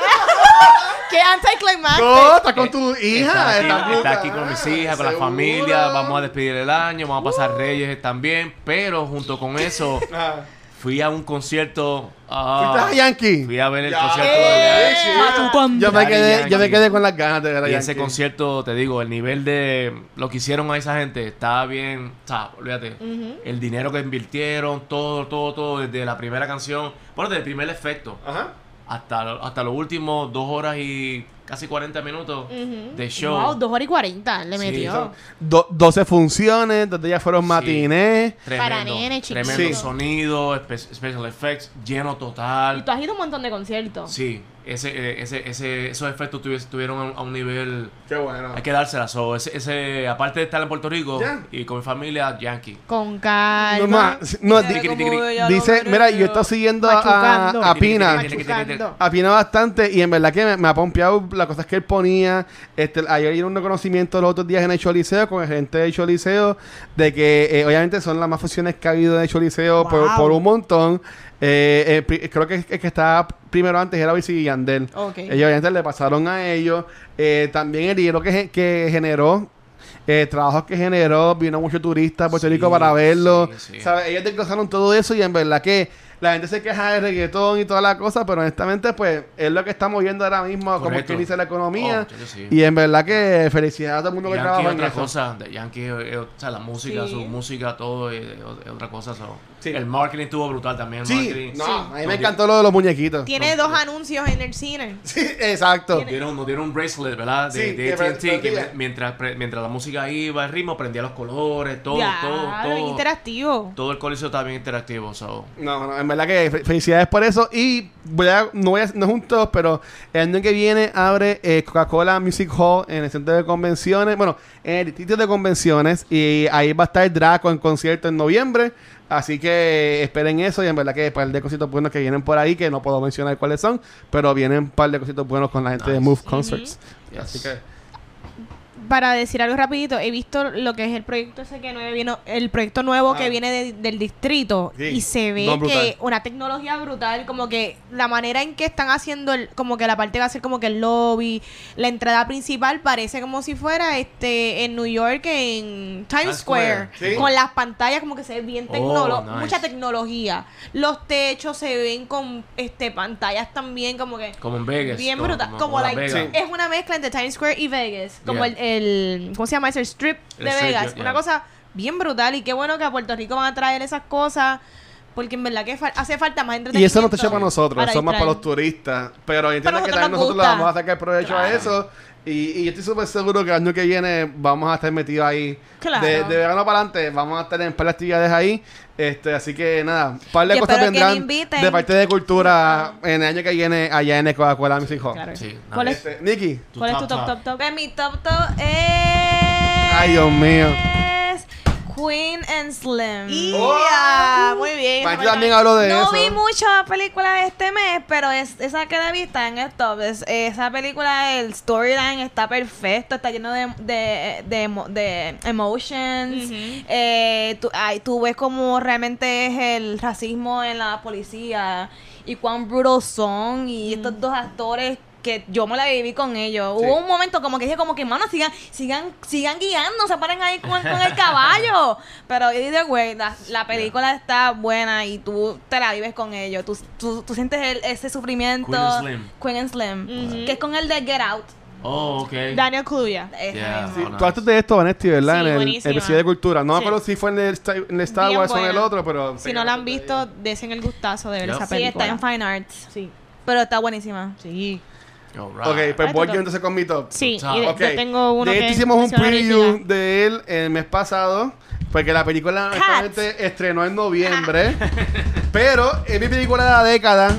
Qué anticlimax. No, estás con tu hija. Está aquí, estás está puta. aquí con mis hijas, con Ah, la seguro. Uh. familia. Vamos a despedir el año, vamos a pasar Reyes también. Pero junto con eso, Ajá. fui a un concierto. Ah. ¿Fuiste ah, a Yankee? fui a ver el Ya, concierto eh, de sí. Matucón. Yo me Daddy quedé, yo me Yankee. quedé con las ganas de ver a Y Yankee. ese concierto, te digo, el nivel de lo que hicieron a esa gente estaba bien. O sea, olvídate. El dinero que invirtieron, todo, todo, todo, desde la primera canción, bueno, desde el primer efecto Ajá. hasta, lo- hasta los últimos dos horas y casi 40 minutos de show. Wow, 2 horas y 40 le Sí, metió. son- Do- 12 funciones, dos de ellas fueron matinés. Tremendo, Para nenes chiquitos. tremendo Sí. sonido, espe- special effects, lleno Y total. tú has ido a un montón de conciertos. Sí, ese, eh, ese, ese, esos efectos tuvies- tuvieron a un- a un nivel... Qué bueno. Hay que dársela, so, ese, ese, aparte de estar en Puerto Rico Ya. y con mi familia, Yankee. Con No, calma. ma- no, Mira di- cómo digri. ella lo dice, merece. mira, yo he estado siguiendo a, Machucando. a Pina. Machucando. Apina bastante y en verdad que me, me ha pompeado las cosas que él ponía. Este, ayer hice un reconocimiento los otros días en Hecho Liceo con el gente de Hecho Liceo de que eh, obviamente son las más funciones que ha habido en Hecho Liceo por, Wow. por un montón. Eh, eh, pri- creo que el que estaba primero antes era Bici Yandel. Ok. Ellos obviamente le pasaron a ellos. Eh, también el dinero que, ge- que generó, eh, trabajos que generó, vino mucho turista a Puerto Sí, Rico para verlo. sí, sí. ¿Sabes? Ellos desglosaron todo eso y en verdad que la gente se queja de reggaetón y toda la cosa, pero honestamente, pues es lo que estamos viendo ahora mismo, como Correcto. que dice la economía. Oh, yo sí. Y en verdad que felicidades a todo el mundo que Yankee es trabaja en otra eso. cosa. de Yankee, eh, eh, o sea, la música, Sí. su música, todo es, es otra cosa. so. Sí. El marketing estuvo brutal también. el Sí, marketing. no, a mí Nos me di- encantó lo de los muñequitos. Tiene dos anuncios en el cine. Sí, exacto. Nos dieron, nos dieron un bracelet, ¿verdad? De, Sí, de que AT&T, que prendía. mi- mientras, pre- mientras la música iba, el ritmo, prendía los colores, todo, Ya, todo, bien todo. interactivo. Todo el coliseo estaba bien interactivo. so. No, no, en verdad que fe- felicidades por eso. Y voy a- no, voy a, no es un top, pero el año que viene abre eh, Coca-Cola Music Hall en el centro de convenciones. Bueno, en el distrito de convenciones. Y ahí va a estar Draco en concierto en noviembre. Así que esperen eso. Y en verdad que un par de cositos buenos que vienen por ahí, que no puedo mencionar cuáles son, pero vienen un par de cositos buenos con la gente de Nice. Move Concerts. Yes. Así que. Para decir algo rapidito, he visto lo que es el proyecto ese que nueve vino, el proyecto nuevo Ah. que viene de- del distrito Sí, y se ve no, brutal. que una tecnología brutal, como que la manera en que están haciendo el, como que la parte va a ser como que el lobby, la entrada principal parece como si fuera este en New York en Times Times Square, Square, sí. con las pantallas como que se ve bien Oh, tecnológico, nice. mucha tecnología. Los techos se ven con este pantallas también como que Como en Vegas. Bien como- brutal. Como, Las like, Vegas. es una mezcla entre Times Square y Vegas. Como Yeah. el, el- ¿Cómo se llama? ese? el strip El de strip, Vegas. yeah, Una yeah. cosa bien brutal. Y qué bueno que a Puerto Rico van a traer esas cosas. Porque en verdad que fa- hace falta más entretenimiento. Y eso no te echa para nosotros, para eso es más para distraer. los turistas. Pero entiendo Pero que nosotros también nos nosotros le gusta. vamos a sacar provecho a Claro. eso. Y, y yo estoy súper seguro que el año que viene vamos a estar metidos ahí. Claro. De, de verano para adelante, vamos a estar en un par de actividades ahí. Este, así que nada, un par de Yo cosas espero que me vendrán inviten. de parte de cultura en el año que viene allá en Coca-Cola Music Hall. Claro. Sí, nada. ¿Cuál es, Este, Nicky, cuál es tu top, top, top? Pues mi top top es. Ay, Dios mío. es Queen and Slim. Y Oh. ah, muy bien. Mike también habló de no eso. vi muchas películas este mes, pero es, esa que la vi está en el top. Es- esa película, el storyline está perfecto, está lleno de, de, de emo- de emotions. Ujú. Eh, tú, ay, tú ves cómo realmente es el racismo en la policía y cuán brutal son. Y Mm. estos dos actores que yo me la viví con ellos. Sí. Hubo un momento como que dije como que, mano, sigan, sigan, sigan guiando, se paren ahí con, con el caballo. Pero either way, la, la película está buena y tú te la vives con ellos. Tú, tú, tú sientes el- ese sufrimiento. Queen and Slim. Queen and Slim, Ujú. Que es con el de Get Out. Oh, ok. Daniel Kluya. Ese Yeah. mismo. Tú hablaste de esto, Vanetti, ¿verdad? Sí, en el- el buenísima. episodio de cultura. No me Sí. acuerdo si fue en el, Star- en el Star Bien Wars o en el buena. otro, pero. Si no la han visto, desen el gustazo de ver Yep. esa Sí, está en película. Fine Arts. Sí, Pero está buenísima. sí. Alright. Ok, pues Ay, voy tú yo no. entonces con mi top. Sí, Top. y de- Ok. yo tengo uno de que hecho, hicimos un mencioné preview ahorita. de él el mes pasado, porque la película honestamente estrenó en noviembre, pero es mi película de la década.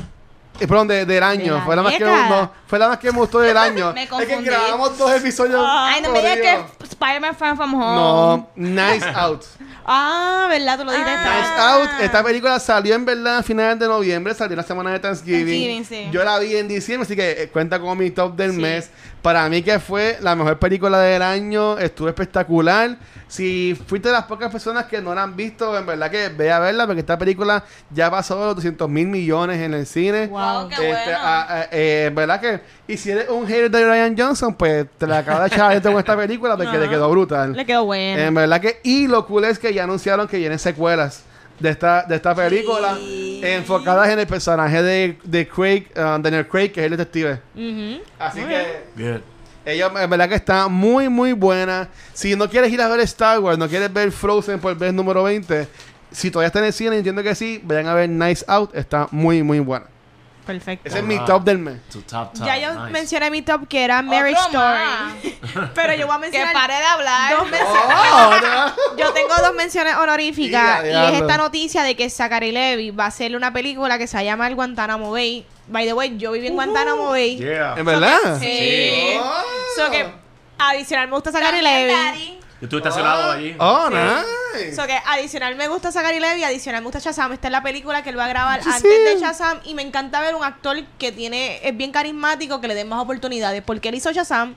eh, Perdón, de- del año. la fue, la más que, década. no, fue la más que me gustó del año. Me Es que confundí. grabamos dos episodios. Ay, no me digas corridos. que Spider-Man Far From Home. No, Nice Out. Ah, ¿verdad? Tú lo dijiste. Ah. Nice Out. Esta película salió en verdad a finales de noviembre, salió la semana de Thanksgiving. Thanksgiving, sí. Yo la vi en diciembre, así que eh, cuenta con mi top del mes. Para mí que fue la mejor película del año, estuvo espectacular. Si fuiste de las pocas personas que no la han visto, en verdad que ve a verla, porque esta película ya pasó los 200 mil millones en el cine. Wow, Oh, qué Este, bueno. a- a- eh, verdad que y si eres un hater de Ryan Johnson pues te la acabas de echar adentro con esta película porque te Ajá. quedó brutal Ah, Le quedó bueno. en verdad que, y lo cool es que ya anunciaron que vienen secuelas de esta, de esta película enfocadas en el personaje de, de Craig, uh, Daniel Craig, que es el detective. Ujú. Así Muy que Good. ella en verdad que está muy, muy buena. Si no quieres ir a ver Star Wars, no quieres ver Frozen por vez número 20, si todavía está en el cine, entiendo que sí, vayan a ver Nice Out, está muy, muy buena. Perfecto. Ese es mi top del mes. Tu top top. Ya yo nice. mencioné mi top que era Marriage Otro más. Story. Pero yo voy a Que mencionar pare de hablar. dos menciones. Yo tengo dos menciones honoríficas. y Ya, es diablo. esta noticia de que Zachary Levy va a hacer una película que se llama El Guantánamo Bay. By the way, yo viví en Guantánamo Bay. ¿En verdad? Sí. Sí. So que adicional me gusta Zachary También, Levy. Daddy. Yo estuve estacionado allí. Oh, nice. So que adicional me gusta Zachary Levy, adicional me gusta Shazam. Esta es la película que él va a grabar Sí, antes sí. de Shazam y me encanta ver un actor que tiene es bien carismático, que le den más oportunidades, porque él hizo Shazam,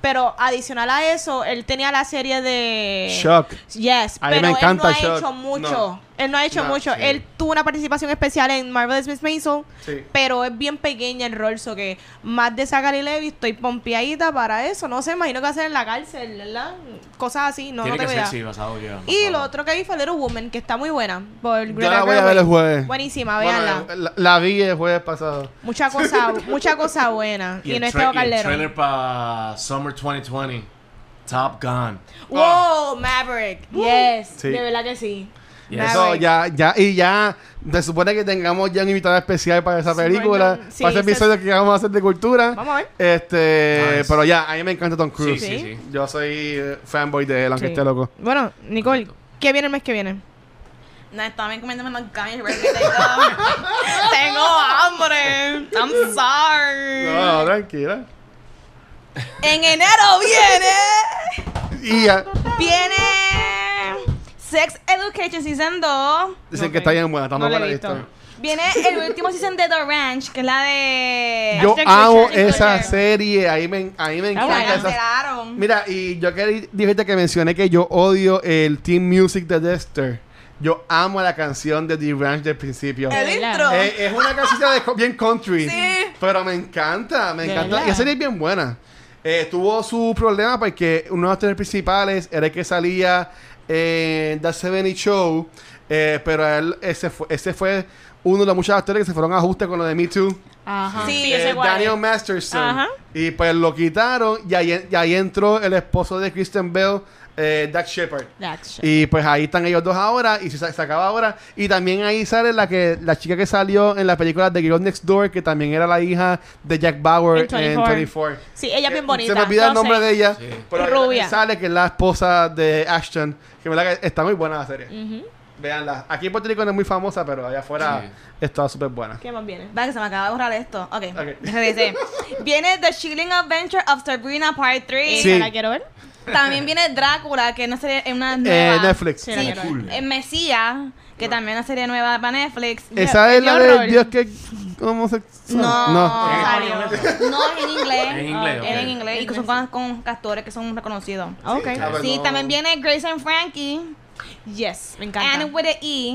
pero adicional a eso, él tenía la serie de Shock. Yes, A mí pero me encanta él no ha Shock. hecho mucho. No. Él no ha hecho No, mucho. sí. Él tuvo una participación especial en Marvelous Miss Maisel, Sí. pero es bien pequeña el rol, so que más de Zachary Levi estoy pompeadita para eso. No sé, imagino que va a ser en la cárcel, ¿verdad? Cosas así, no, Tiene no que tengo ser idea. sí, basado ya. Y lo otro que vi fue Little Woman, que está muy buena. Por Yo Greta la voy a Gerwig. ver el jueves. Buenísima, Bueno, véanla. la, la vi el jueves pasado. Mucha cosa, mucha cosa buena. Y, el no es tra- Teo y el Calderón. trailer para Summer 2020. Top Gun. Wow, Maverick. Yes. Sí. De verdad que sí. Yes. Maverick. Eso, ya, ya, y ya, se supone que tengamos ya un invitado especial para esa Sí, película, bueno, sí, para ese se- episodio que vamos a hacer de cultura. Vamos a ver. Este, Nice. pero ya, a mí me encanta Tom Sí, Cruise. sí, Sí. sí. Yo soy eh, fanboy de él, aunque Sí. esté loco. Bueno, Nicole, ¿qué viene el mes que viene? No, estaba comiéndome los gummies porque tengo, tengo hambre. I'm sorry. No, tranquila. En enero viene. Y ya, Viene. Sex Education Season 2. dicen Ok. que está bien buena, estamos No la para he esto. visto. Viene el último season de The Ranch, que es la de. Yo Hashtag amo Richard esa Richard. serie, ahí me, a mí me La encanta esa cancelaron. Mira, y yo quería dijiste que mencioné que yo odio el Team Music de Dexter. Yo amo la canción de The Ranch del principio. El intro. Eh, es una casita de co- bien country. Sí. Pero me encanta, me De encanta. verdad. Y esa serie es bien buena. Eh, tuvo su problema porque uno de los tres principales era el que salía en The 70 Show. eh, pero él, ese, fue, ese fue uno de los muchos actores que se fueron a ajuste con lo de Me Too. Ajá. Sí, Eh, yo sé cuál es. Daniel Masterson. Ajá. Y pues lo quitaron y ahí, y ahí entró el esposo de Kristen Bell, eh, Doug Shepard. That's shit. Y pues ahí están ellos dos ahora y se, sa- se acaba ahora. Y también ahí sale la que la chica que salió en la película de Girl Next Door, que también era la hija de Jack Bauer En 24. en 24. Sí, ella es bien Eh, bonita. Se me olvida el Yo nombre sé. de ella. Sí. Pero Rubia. Rubia. sale que es la esposa de Ashton. Que en verdad que está muy buena la serie. Veanla. Aquí en Puerto Rico no es muy famosa, pero allá afuera está súper buena. ¿Qué más viene? Va, que se me acaba de borrar esto. Ok. Ok. Regresé. Viene The Chilling Adventure of Sabrina Part Eh, 3. Sí. ¿Esa la quiero ver? También viene Drácula, que es una serie, es una Eh, nueva. Netflix. Sí, Sí. la quiero ver. Eh, Mesías, que también es una serie nueva para Netflix. Esa Yo- es la yo de horror. Dios que homosexual. No, Eh, ¿En salió. español Ah, No, es en inglés. En inglés, Es ok. en inglés. Y que son con, con actores que son reconocidos. Ah, Ah, Ok. claro. Sí, también viene Grace and Frankie. Yes, me encanta. And with an E.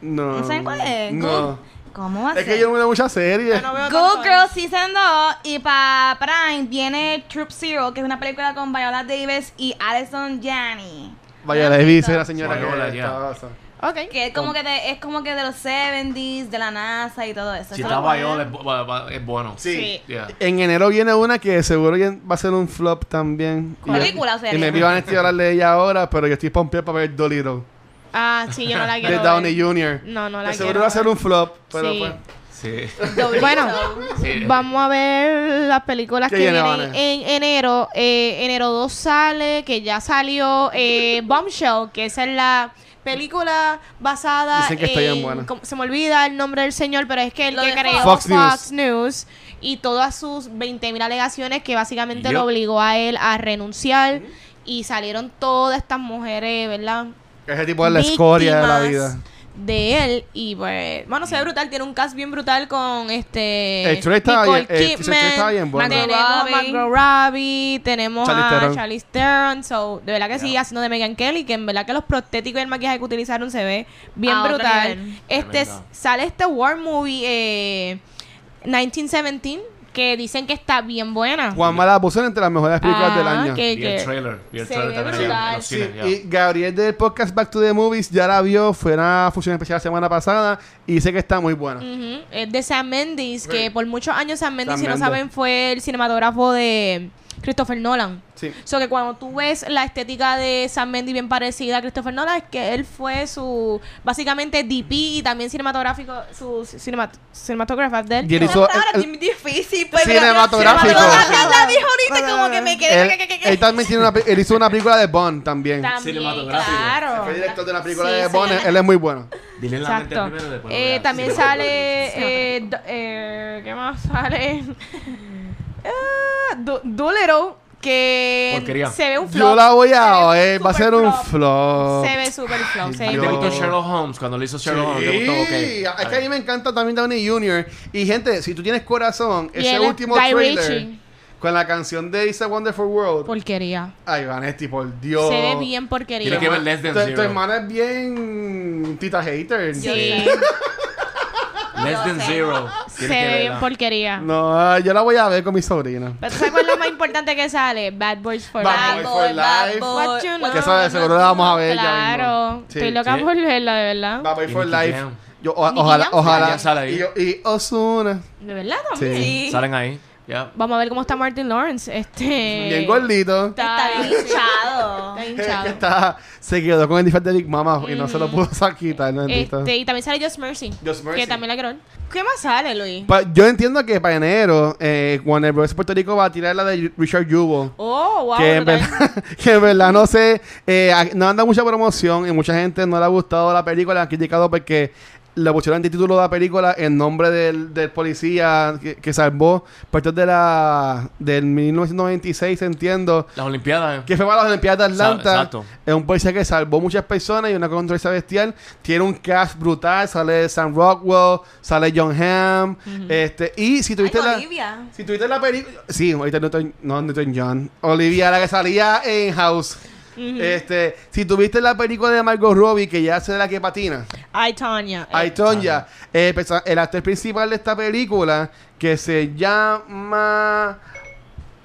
No. ¿No saben cuál es? No. ¿Cómo va a Es ser? que yo no veo muchas series. No veo tanto Good eso. Girl Season 2 y para Prime viene Troop Zero, que es una película con Viola Davis y Alison Janney. Vaya, la dice la señora Bueno, hola, que ya. estaba. o sea. Ok. Que es Oh. como que de, es como que de los 70s, de la NASA y todo eso. Si Eso está lo ponen. Viola, es, bu- va- va- es bueno. Sí. Yeah. En enero viene una que seguro ya va a ser un flop también. Y- ¿Película o serie? Y me iban a este hablar de ella ahora, pero yo estoy pompeado para ver Dolittle Ah, sí, yo no la de quiero. Downey ver. Jr. No, no la quiero Que seguro va a ser ver. un flop, pero Sí. pues. Sí. Bueno, Sí. vamos a ver las películas ¿Qué que viene, vienen Vanessa? en enero. Eh, enero 2 sale, que ya salió eh, Bombshell, que esa es la película basada Dicen que está en- bien buena. como- se me olvida el nombre del señor, pero es que el Lo que de creó Fox Fox, News. News y todas sus 20.000 alegaciones que básicamente Yup. lo obligó a él a renunciar y salieron todas estas mujeres, ¿verdad? Que ese tipo es la escoria de la víctimas vida. De él y pues, bueno, se ve brutal, tiene un cast bien brutal con este El trailer estaba Nicole bien- el- el trailer Kidman, estaba bien bueno. Tenemos a Margot Margot Robbie, tenemos Charlize a Theron. Charlize Theron, so de verdad que sí haciendo de Megan Kelly, que en verdad que los prostéticos y el maquillaje que utilizaron se ve bien A otro brutal. nivel. Este Tremenda. sale este war movie eh, 1917 que dicen que está bien buena. Juan Malabuzón entre las mejores películas Ah, del año. que- Y el que- trailer. Y el se trailer ve también. brutal. en los Sí, cines, yeah. y Gabriel del podcast Back to the Movies ya la vio, fue una función especial la semana pasada y dice que está muy buena. Ujú, Es de Sam Mendes, que por muchos años Sam Mendes, Sam si no Mendes. saben, fue el cinematógrafo de Christopher Nolan. Sí. So que cuando tú ves la estética de Sam Mendy bien parecida a Christopher Nolan, es que él fue su, básicamente DP y también cinematográfico, su cinema, cinematógrafo de él. Y él Esa hizo. palabra él- es bien difícil, pues, Cinematográfico. pero la- la- la dijo ahorita como que me quedé. él- él también tiene una, pe- él hizo una película de Bond también. También, Cinematográfico. Claro. Fue director de una película Sí, de sí. Bond. Él es muy bueno. Dile en la mente Exacto. primero después. Eh, verás. también Sí. sale. eh, do- eh, ¿Qué más sale? Ah, Do- Doolittle, que Porquería. se ve un flop. Yo la voy Se a ve oír. Va a super ser un flop. flop. Se ve super flop. Ay, se ¿A ve ti Dios. te muy- gustó Sherlock Holmes cuando le hizo Sherlock Holmes? ¿Te gustó? Ok. es que a mí Dale. me encanta también Downey Jr. Y gente, si tú tienes corazón, Y ese él es último Guy trailer Ritchie. con la canción de It's a Wonderful World. Porquería. Ay, Vanetti, por Dios. Se ve bien Tiene porquería. que ver Less Than Tu, tu Zero. hermana es bien tita hater. Sí. Less Than Zero. Se Tienes que ve bien verla. porquería. No, yo la voy a ver con mi sobrina. Pero ¿tú sabes cuál es lo más importante que sale? Bad Boys for Bad Life. Boy for Boy, bad Life. boy. What you know. Que esa de seguro la vamos a ver ya. Claro. mismo. Sí. Estoy loca sí. por verla, de verdad. Bad Boy Y for Nicky Life. Jam. Yo, o- Nicky ojalá, Jam ojalá. sale ahí. Y, yo- y Ozuna. De verdad Sí. también. Salen ahí. Ya. Vamos a ver cómo está Martin Lawrence. Este. Bien gordito. Está Está bien hinchado. Está Es que hinchado. está, se quedó con el disfraz de Big Mama y no se lo pudo sa- quitar. ¿no? Bendito. Este, y también sale Just Mercy. Just Mercy. Que también la creó. él. ¿Qué más sale, Luis? Pa- yo entiendo que para enero, eh, Warner Bros. Puerto Rico va a tirar la de Richard Jewell. Oh, wow. que, en total. verdad, que en verdad no sé, eh, a- no anda mucha promoción y mucha gente no le ha gustado la película, la han criticado porque le pusieron de título de la película en nombre del, del policía que, que salvó parte de la del 1996, entiendo, Las Olimpiadas. eh. que fue para las Olimpiadas de Sa- Atlanta. exacto. Es un policía que salvó muchas personas y una controversia bestial. Tiene un cast brutal, sale Sam Rockwell, sale John Hamm, este, y si tuviste la... Ay, Olivia. Si tuviste la película. Sí, ahorita Newton, no Newton John. Olivia, la que salía en House. Este, si tuviste la película de Margot Robbie, que ya hace la que patina, Ay, Tanya. I Tonya, eh, pesa- el actor principal de esta película, que se llama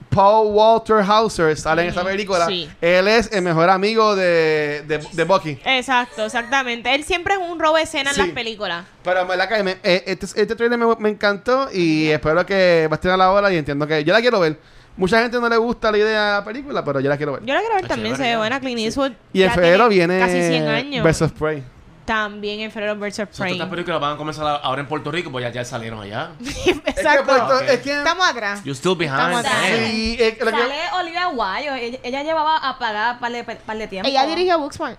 Paul Walter Hauser, sale en esta película. sí. Él es el mejor amigo de, de, de Bucky. Exacto, exactamente. Él siempre es un robo de escena Sí. en las películas. Pero en verdad que me- eh, este, este trailer me, me encantó y espero que va a estar a la hora y entiendo que yo la quiero ver. Mucha gente no le gusta la idea de la película, pero yo la quiero ver. Yo la quiero ver Ah, también, se chévere, ve ya. buena. Clint Eastwood. Y en ya febrero tiene viene Casi 100 años. Versus Prey. También en febrero versus So, Prey. Estas películas van a comenzar a- ahora en Puerto Rico, pues ya, ya salieron allá. Es que, Puerto- Ok. es que- Estamos atrás. You're still behind. Estamos damn. atrás. sí, es que lo que- Sale Olivia Guayo. Ella, ella llevaba apagada par de, par de tiempo. Ella dirigió Booksmart.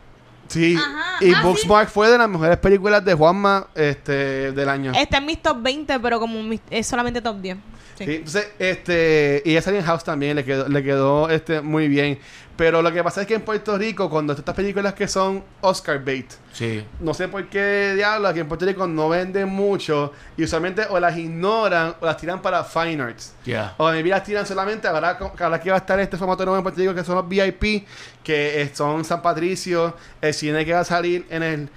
sí. Ajá, y ah, Booksmart fue de las mejores películas de Juanma este, del año. Está en mis top 20, pero como mis- es solamente top 10. Sí. Entonces, este, y ella salió en House también, le quedó, le quedó este, muy bien. Pero lo que pasa es que en Puerto Rico, cuando estas películas que son Oscar bait, Sí. no sé por qué diablos aquí en Puerto Rico no venden mucho y usualmente o las ignoran o las tiran para Fine Arts. Yeah. O maybe las tiran solamente, ahora, co- ahora que va a estar este formato nuevo en Puerto Rico que son los VIP, que eh, son San Patricio, el cine que va a salir en el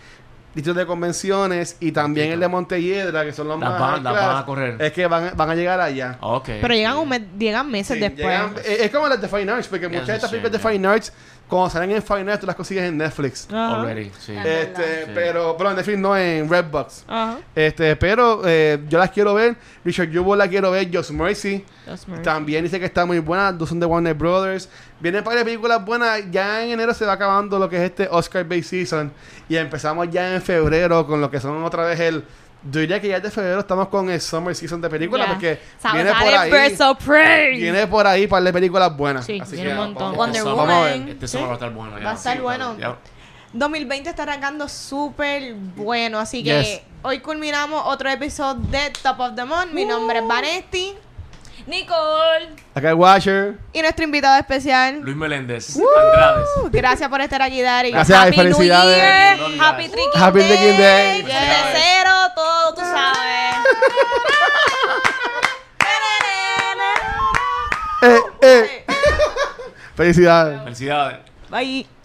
distrito de convenciones y también el de Montelledra, que son los Las más van- high las class, van a correr. Es que van, van a llegar allá. Ok. Pero llegan, un mes- llegan meses Sí, después. llegan- eh, es como las de Fine Arts, porque Yeah, muchas de estas sí, películas de yeah. Fine Arts, cuando salen en Fine Arts, tú las consigues en Netflix. Ajá. Already. Sí. Eh, Este, Sí. pero, pero en Netflix no en Redbox. Ajá. Este, pero eh, yo las quiero ver. Richard Jewell la quiero ver. Just Mercy. Dios mío. También dice que está muy buena. Dos son de Warner Brothers. Vienen varias películas buenas. Ya en enero se va acabando lo que es este Oscar Bay Season. Y empezamos ya en febrero con lo que son otra vez el. Yo diría que ya de febrero estamos con el Summer Season de películas Ya. porque Sa- viene por sale ahí. versus Prey. Viene por ahí para de películas buenas. Sí, Así viene que un montón. vamos- Wonder Este Vamos a ver. Woman. Este summer va a estar bueno. ya. Va a estar Sí, bueno. ya. 2020 está arrancando súper bueno, así que Yes. hoy culminamos otro episodio de Top of the Month. Mi nombre es Vanesti Nicole. Acá el Watcher. y nuestro invitado especial. Uh, Luis Meléndez. Andrades. Gracias por estar aquí, Dari. Gracias, Happy New felicidades. Year, Happy New Year. Happy Tricky Happy Drinking Day. Day, cero, todo, tú sabes. Eh, eh. Felicidades. Felicidades. Bye.